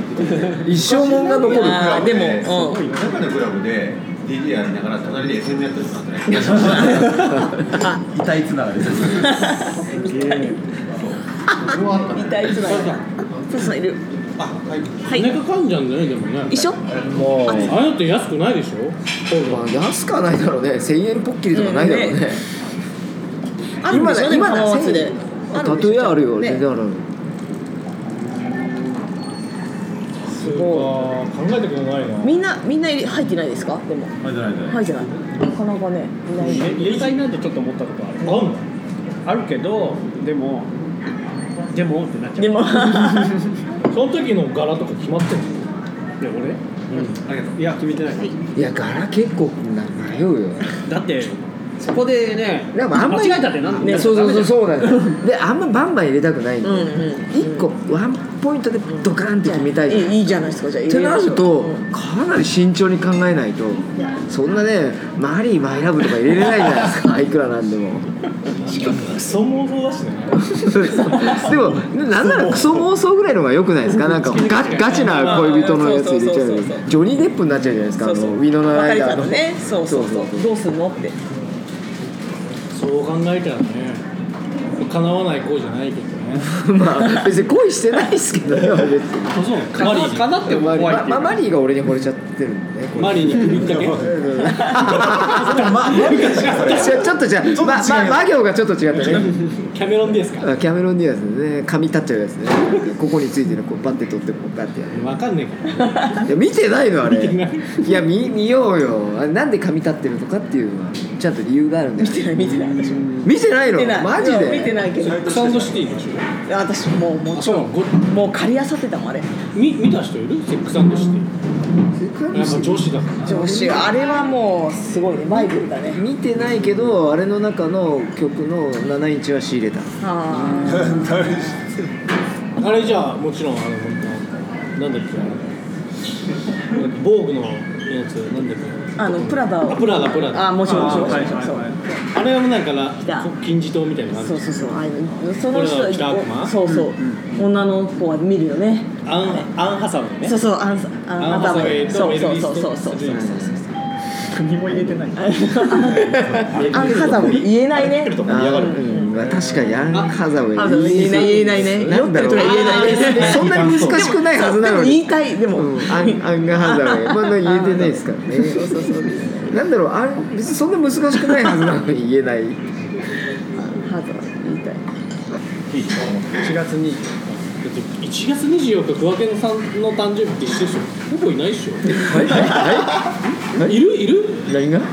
Speaker 1: 一生もんが残る
Speaker 3: あーでもうん
Speaker 4: 中のクラブで DJ やりながら隣で SM やってる人なんてね
Speaker 5: 痛いつながりです
Speaker 3: みたいつながそうそういるはい
Speaker 2: ネカかんじゃんじゃないでもね
Speaker 3: 一緒
Speaker 1: もう
Speaker 2: あれだって安くないでしょ
Speaker 1: まあ安くはないだろうね1000円ポッキリとかないだろう
Speaker 3: うん
Speaker 1: ね
Speaker 3: ねあるんでしょでも
Speaker 1: 今だ
Speaker 3: 浜松
Speaker 1: 今
Speaker 3: で
Speaker 1: だタトゥー屋あるよ全然ある
Speaker 2: すごい考えたことないな
Speaker 3: みんなみんな入れ入ってないですかでも
Speaker 5: 入ってない入ってない
Speaker 3: 入ってないなかなかねいないね
Speaker 8: 入れたいなってちょっと思ったことある
Speaker 2: あんの
Speaker 6: あるけどでもでもってなっちゃう
Speaker 3: でも
Speaker 2: その時の柄とか決まってる
Speaker 6: で俺、いや決めてない、
Speaker 1: いや柄結構な迷うよ
Speaker 6: だってそこでね
Speaker 1: でもあんまり
Speaker 6: 間違えたってなん
Speaker 1: ね
Speaker 6: ね
Speaker 1: そうそうそうそうなんですであんまバンバン入れたくないんで
Speaker 3: うんうん
Speaker 1: 一個ワンポイントでドカンって決めたいじゃん
Speaker 3: いいいいじゃないですかじゃ
Speaker 1: っ
Speaker 3: あ入
Speaker 1: て
Speaker 3: れま
Speaker 1: な
Speaker 3: しょう
Speaker 1: ると
Speaker 3: うん
Speaker 1: かなり慎重に考えないとそんなねマリーマイラブとか入れれないじゃないです かいくらなんでも
Speaker 8: クソ妄想だしね
Speaker 1: でもなんならクソ妄想ぐらいの方が良くないですかなんかガガチな恋人のやつ入れちゃうより
Speaker 3: そうそうそうそう
Speaker 1: ジョニー・デップになっちゃうじゃないですかあ
Speaker 3: そう
Speaker 1: の
Speaker 3: そう
Speaker 1: ウィノナライダーの
Speaker 3: 別れたらねそうそう
Speaker 1: そ
Speaker 3: そうう
Speaker 1: そうそう
Speaker 3: どうすんのって
Speaker 2: そう考えたらね叶わない恋じゃないけどね ね
Speaker 1: まあ別に恋してないですけど ね俺別に
Speaker 2: そうそうマリー
Speaker 6: かなっても怖いって
Speaker 1: ま
Speaker 6: いう
Speaker 1: まマリーが俺に惚れちゃってる んでねこれ
Speaker 2: マリーに首ったけ
Speaker 1: ちょちょっとじゃあ、まま、魔行がちょっと違ったね
Speaker 2: キャメロンですか
Speaker 1: あキャメロン・ディアスね髪立っちゃうやつねここについてるこうバッて取ってこうバッてやる
Speaker 2: わかんねえから
Speaker 1: いや見てないのあれ
Speaker 2: 見てない
Speaker 1: いや見見ようよあなんで髪立ってるとかっていうのはちゃんと理由があるんだよ
Speaker 3: 見てない見てない
Speaker 1: 見てないの
Speaker 3: 私も見てない
Speaker 1: マジ
Speaker 3: 見て
Speaker 1: で
Speaker 3: ないけど
Speaker 2: レックサンドシティでしょ
Speaker 3: 私もうも
Speaker 2: あ
Speaker 3: う
Speaker 2: そうなのご
Speaker 3: もう借りあさってたもんあれ
Speaker 2: み見た人いるセックサンドシティやっぱ女子だから
Speaker 3: 上司あれはもうすごいねバイブルだね
Speaker 1: 見てないけどあれの中の曲の7インチは仕入れた
Speaker 3: あー
Speaker 2: あれじゃあもちろんあのなんだっけあの防具のやつなんだっけ
Speaker 3: あのプラダを
Speaker 2: あプラダプラダ
Speaker 3: あもちろんもちろんも
Speaker 6: はい
Speaker 3: ちろんそう
Speaker 2: あれはなんかな
Speaker 3: 来た
Speaker 2: 金字塔みたいな感じ
Speaker 3: そうそうそうああいうその
Speaker 2: これ
Speaker 3: 人
Speaker 2: は北悪魔
Speaker 3: そうそう女の子は見るよね
Speaker 2: アンアンハサウェイね
Speaker 3: そうそうあ
Speaker 2: アン
Speaker 3: んあん
Speaker 2: ハ
Speaker 3: た
Speaker 2: サウ
Speaker 3: も
Speaker 2: ェイと
Speaker 3: そう
Speaker 2: メル
Speaker 3: そ
Speaker 2: デ
Speaker 3: う
Speaker 2: ィ
Speaker 3: そう
Speaker 2: ス
Speaker 3: そ
Speaker 2: ト
Speaker 3: うそうそう
Speaker 6: 国も入れてない
Speaker 3: あんたも言えないね
Speaker 1: あうん、まあ確かにヤン・ハザウェイ
Speaker 3: あそう言えない言えないね
Speaker 1: なんだろう
Speaker 3: 酔ってるとは言えないね
Speaker 1: そんなに難しくないはずなの
Speaker 3: でも言
Speaker 1: に
Speaker 3: いたいでも、
Speaker 1: うん、アンアンガハザウェイまだ言えてないですからねそうそうそうなんだろうあれ別にそんな難しくないはずなのに言えない
Speaker 3: ハザー言いたい
Speaker 1: 4月に
Speaker 2: だって1月24日桑犬さんの誕生日って一緒でしょほぼいないっしょ
Speaker 1: はいはい
Speaker 2: るいる
Speaker 1: い何が
Speaker 2: 今日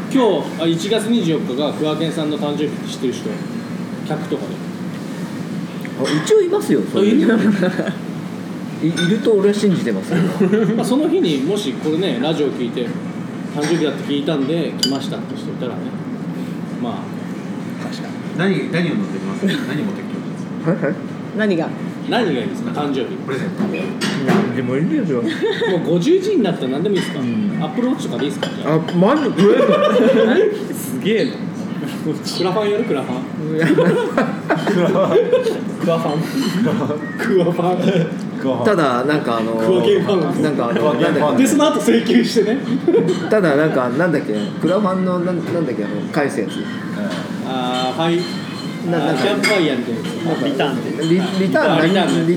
Speaker 2: あ1月24日が桑犬さんの誕生日って知ってる人客とか
Speaker 1: あ一応いますよそれ
Speaker 2: いる
Speaker 1: いいると俺は信じてますけど
Speaker 2: で、 まあ、その日にもしこれねラジオ聞いて誕生日だって聞いたんで来ましたって人いたらねまあ
Speaker 4: 何何を持ってきます 何持ってきます
Speaker 1: はいはい
Speaker 3: 何が
Speaker 2: 何がいいですか誕生日
Speaker 4: プレゼント
Speaker 1: でもいるでしょ
Speaker 2: もう50時になったら何でもいいですか、アップルウォッチとかでいいですかじゃあ
Speaker 1: あマジ食えるの
Speaker 6: すげえな
Speaker 2: クラファンやるクラファンクワファン
Speaker 1: ただなんかあの
Speaker 2: クワゲンファン
Speaker 1: なんかあのなんだっけ
Speaker 2: でその後請求してね
Speaker 1: ただなんかなんだっけクラファンのなんなんだっけあの返すやつ
Speaker 2: ああファイ
Speaker 1: な
Speaker 2: あ
Speaker 1: なん
Speaker 2: ー
Speaker 1: か
Speaker 2: キャンプファイヤーみたいなやつ
Speaker 6: リターンで
Speaker 1: リリターン
Speaker 2: リ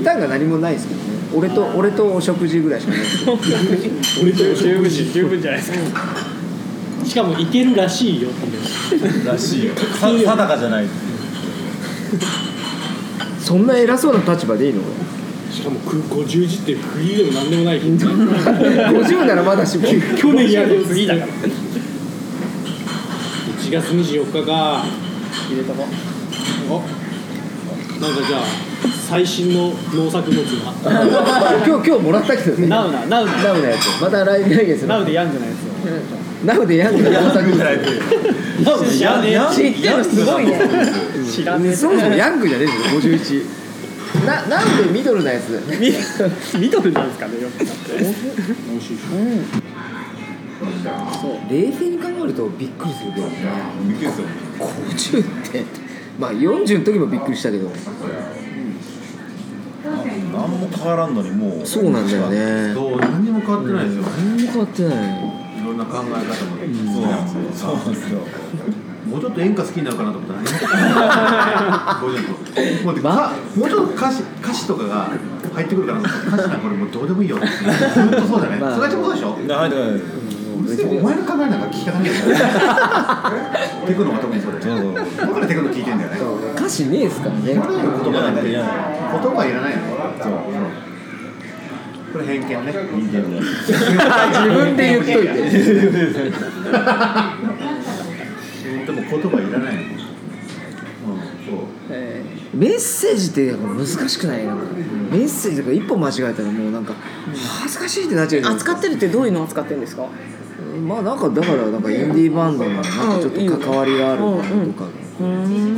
Speaker 1: 何リ
Speaker 2: ターン
Speaker 1: ターンが何もないですけどね俺と俺とお食事ぐらいしかない ですけど
Speaker 2: 俺と
Speaker 6: 十分じ十分じゃないですか
Speaker 2: しかもいけるらしいよっていう
Speaker 5: らしいよさ定かじゃない
Speaker 1: そんな偉そうな立場でいいの
Speaker 2: しかもく50時ってフリーでもなんでもない日
Speaker 1: 50ならまだしも
Speaker 2: 去年やるよ次
Speaker 6: だ
Speaker 2: から1月24日が入れたかおなんかじゃあ最新の農作物が
Speaker 1: 今日今日もらったけどね
Speaker 6: ナウなナウな
Speaker 1: ナウのやつまた来来月
Speaker 6: ナ
Speaker 1: の
Speaker 6: ウでヤングなやつよ
Speaker 1: ナウでやんの大阪
Speaker 2: 多分やんねえよ
Speaker 1: 知ってるすごいね
Speaker 6: 知らねえ
Speaker 1: そもそもヤングじゃねえんだよ51ななんでミドルなやつだよね
Speaker 6: ミドルなんですかねよく
Speaker 1: 冷静に考えるとびっくりするけどね
Speaker 4: びっくりですよ
Speaker 1: 50ってまあ40の時もびっくりしたけど
Speaker 5: 何も変わらんのにもう
Speaker 1: そうなんだよね
Speaker 4: どう何にも変わってないですよ
Speaker 1: 何も変わってない
Speaker 4: いろんな考え方も
Speaker 5: そう
Speaker 4: ね
Speaker 5: そうなんですよ
Speaker 4: もうちょっと演歌好きになるかなと思ったら何 ももうちょっと
Speaker 1: ま
Speaker 4: もうちょっと歌詞歌詞とかが入ってくるかなと思ったら歌詞なんかこれもうどうでもいいよずっとそうだね
Speaker 1: まあ
Speaker 4: それがちょっとそうでしょ
Speaker 5: はいだから
Speaker 4: うるせえお前の考えなんか聞きたく ないんだよテクノが特にそうだ
Speaker 5: そう
Speaker 4: よ
Speaker 5: そう
Speaker 4: だからテクノ聞いてんだよね
Speaker 1: 歌詞ねえですからね
Speaker 4: 言わないよ言葉なんか
Speaker 5: い
Speaker 4: 言
Speaker 5: らない
Speaker 4: 葉はいらないよそうこれ偏見ね
Speaker 1: 自分で言っといて
Speaker 4: でも言葉いらないのうん
Speaker 1: メッセージって難しくないなんかメッセージとか一歩間違えたらもうなんか恥ずかしいってなっちゃうじゃないです
Speaker 3: 扱
Speaker 1: か
Speaker 3: ってるってどういうの扱ってるんですか
Speaker 1: まあなんかだからなんかインディーバンドのなんかちょっと関わりがあるバンドとか
Speaker 5: 日本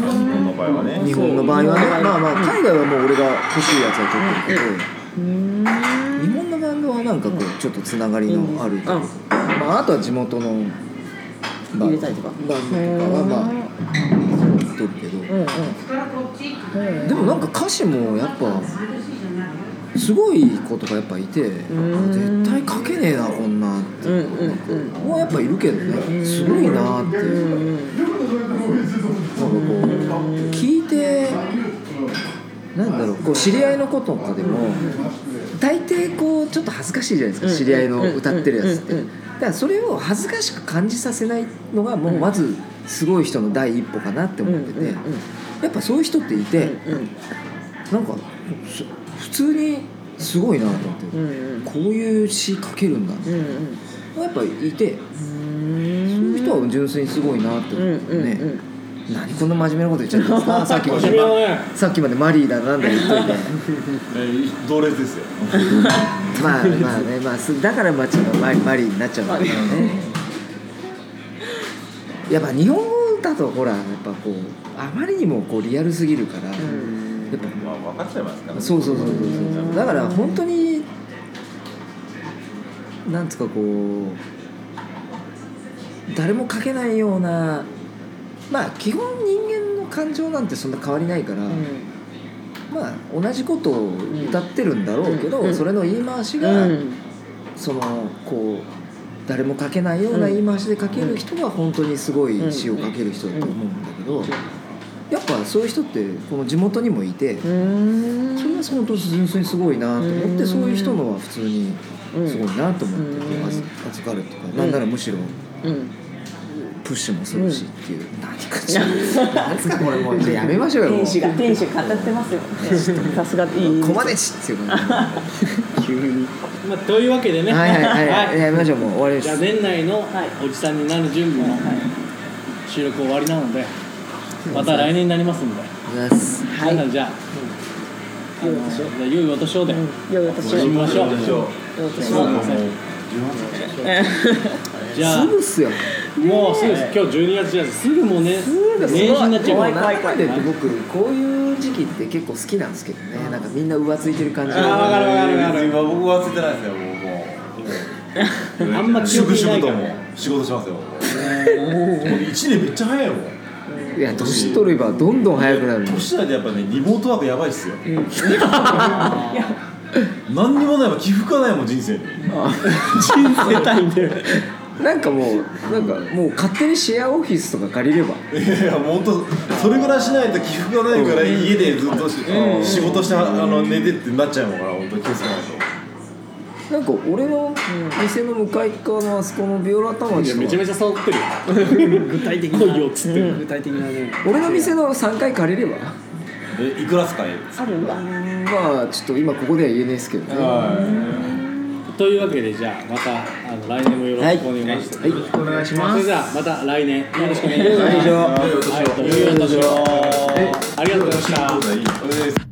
Speaker 5: の場合はね
Speaker 1: 日本の場合はねまあまあ海外はもう俺が欲しいやつは取ってるけど日本のバンドはなんかこうちょっとつながりのある
Speaker 3: うん
Speaker 1: まああとは地元のバンド
Speaker 3: 入れたりとか
Speaker 1: バンドとかはまあ取るけど
Speaker 3: うんうん
Speaker 1: でもなんか歌詞もやっぱすごい子とかやっぱいて絶対書けねえなこんなって
Speaker 3: うんうん
Speaker 1: もうやっぱいるけどねすごいなっていうなんかこう聞いてなんだろうこう知り合いの子とかでも大抵こうちょっと恥ずかしいじゃないですか
Speaker 3: うん
Speaker 1: 知り合いの歌ってるやつってだ
Speaker 3: うんうんうん
Speaker 1: からそれを恥ずかしく感じさせないのがもうまずすごい人の第一歩かなって思っててやっぱそういう人っていてなんかす普通にすごいなと思ってこういう詩書けるんだってやっぱいてそういう人は純粋にすごいなって思ってね何こんな真面目なこと言っちゃったんです かさっきまでさっきまでマリーだなんだ言っといて。
Speaker 5: 同列ですよ
Speaker 1: まあまあね、まあ、すだからまあちょっとマリマリになっちゃうんだけどねやっぱ日本語だとほらやっぱこうあまりにもこうリアルすぎるから、やっぱ
Speaker 5: まあ分かっちゃいます からね
Speaker 1: そうそうそうそうそうだから本当になんつうかこう誰も書けないようなまあ基本人間の感情なんてそんな変わりないから、まあ同じことを歌ってるんだろうけど、
Speaker 3: うん
Speaker 1: それの言い回しが、そのこう誰も書けないような言い回しで書ける人は本当にすごい詩を書ける人だと思うんだけどやっぱそういう人ってこの地元にもいてそれは本当に純粋にすごいなと思っ
Speaker 3: う
Speaker 1: て
Speaker 3: ん
Speaker 1: そういう人のは普通にすごいなと思って
Speaker 3: うん
Speaker 1: 預預かるとかなんならむしろプッシュもするしっていう何かちょっと 何ですかこれもうじゃあやめましょうよも
Speaker 3: 天
Speaker 1: う
Speaker 3: 使が天使語ってますよねさすがいい
Speaker 1: コマネチって いうかね
Speaker 2: まあ、というわけでね、
Speaker 1: はいはいはいやめましょうもう終わりです
Speaker 2: じゃあ年内の
Speaker 3: はい
Speaker 2: おじさんになる準備の収録終わりなので、また来年になりますので、
Speaker 1: ありがとうございます
Speaker 3: はい
Speaker 2: 皆さんじゃあ、あのじゃあ良いお年をで、
Speaker 3: よいお年を
Speaker 2: 締めましょう。
Speaker 3: よいお年
Speaker 2: そう
Speaker 3: を
Speaker 2: ですねじゃあ
Speaker 1: すぐっすよ
Speaker 2: もうすぐです今日12月じゃすぐもうね
Speaker 1: なんかすごい
Speaker 2: 年始になっちゃう
Speaker 1: 怖い
Speaker 2: から
Speaker 1: 怖い怖いって僕こういう時期って結構好きなんですけどねなんかみんな浮ついてる感じ
Speaker 2: あーわかるわかるわかる
Speaker 5: 今僕は忘れてないですよもうもう
Speaker 2: あんま記憶にないから
Speaker 5: 粛々ともう仕事しますよもう1年めっちゃ早いもん
Speaker 1: いや年取ればどんどん速くなる
Speaker 5: 年内でやっぱねリモートワークやばいっすよ 何にもないわ起伏がないもん人生に
Speaker 1: なんかもうなんかもう勝手にシェアオフィスとか借りれば
Speaker 5: いや本当それぐらいしないと起伏がないから家でずっとし仕事してあの寝てってなっちゃうのから本当に気をつけない
Speaker 1: なんか俺の店の向かい側のあそこのビオラ玉地
Speaker 2: めちゃ
Speaker 1: の
Speaker 2: めちゃ触ってるよ
Speaker 6: 具体的な
Speaker 2: 来いよっつって
Speaker 6: うん具体的なね
Speaker 1: 俺の店の3階借りれば
Speaker 5: とえいくらっすかね
Speaker 3: あるんだ
Speaker 1: まあちょっと今ここでは言えないですけどね
Speaker 2: というわけでじゃあまたあの来年もよろしくお願いします、
Speaker 1: はいお願いし
Speaker 2: そ
Speaker 1: ま
Speaker 2: れ
Speaker 1: す
Speaker 2: じゃあまた来年よろしくお願いします。はい、良いお年を。ありがとうございました。
Speaker 5: いいこれです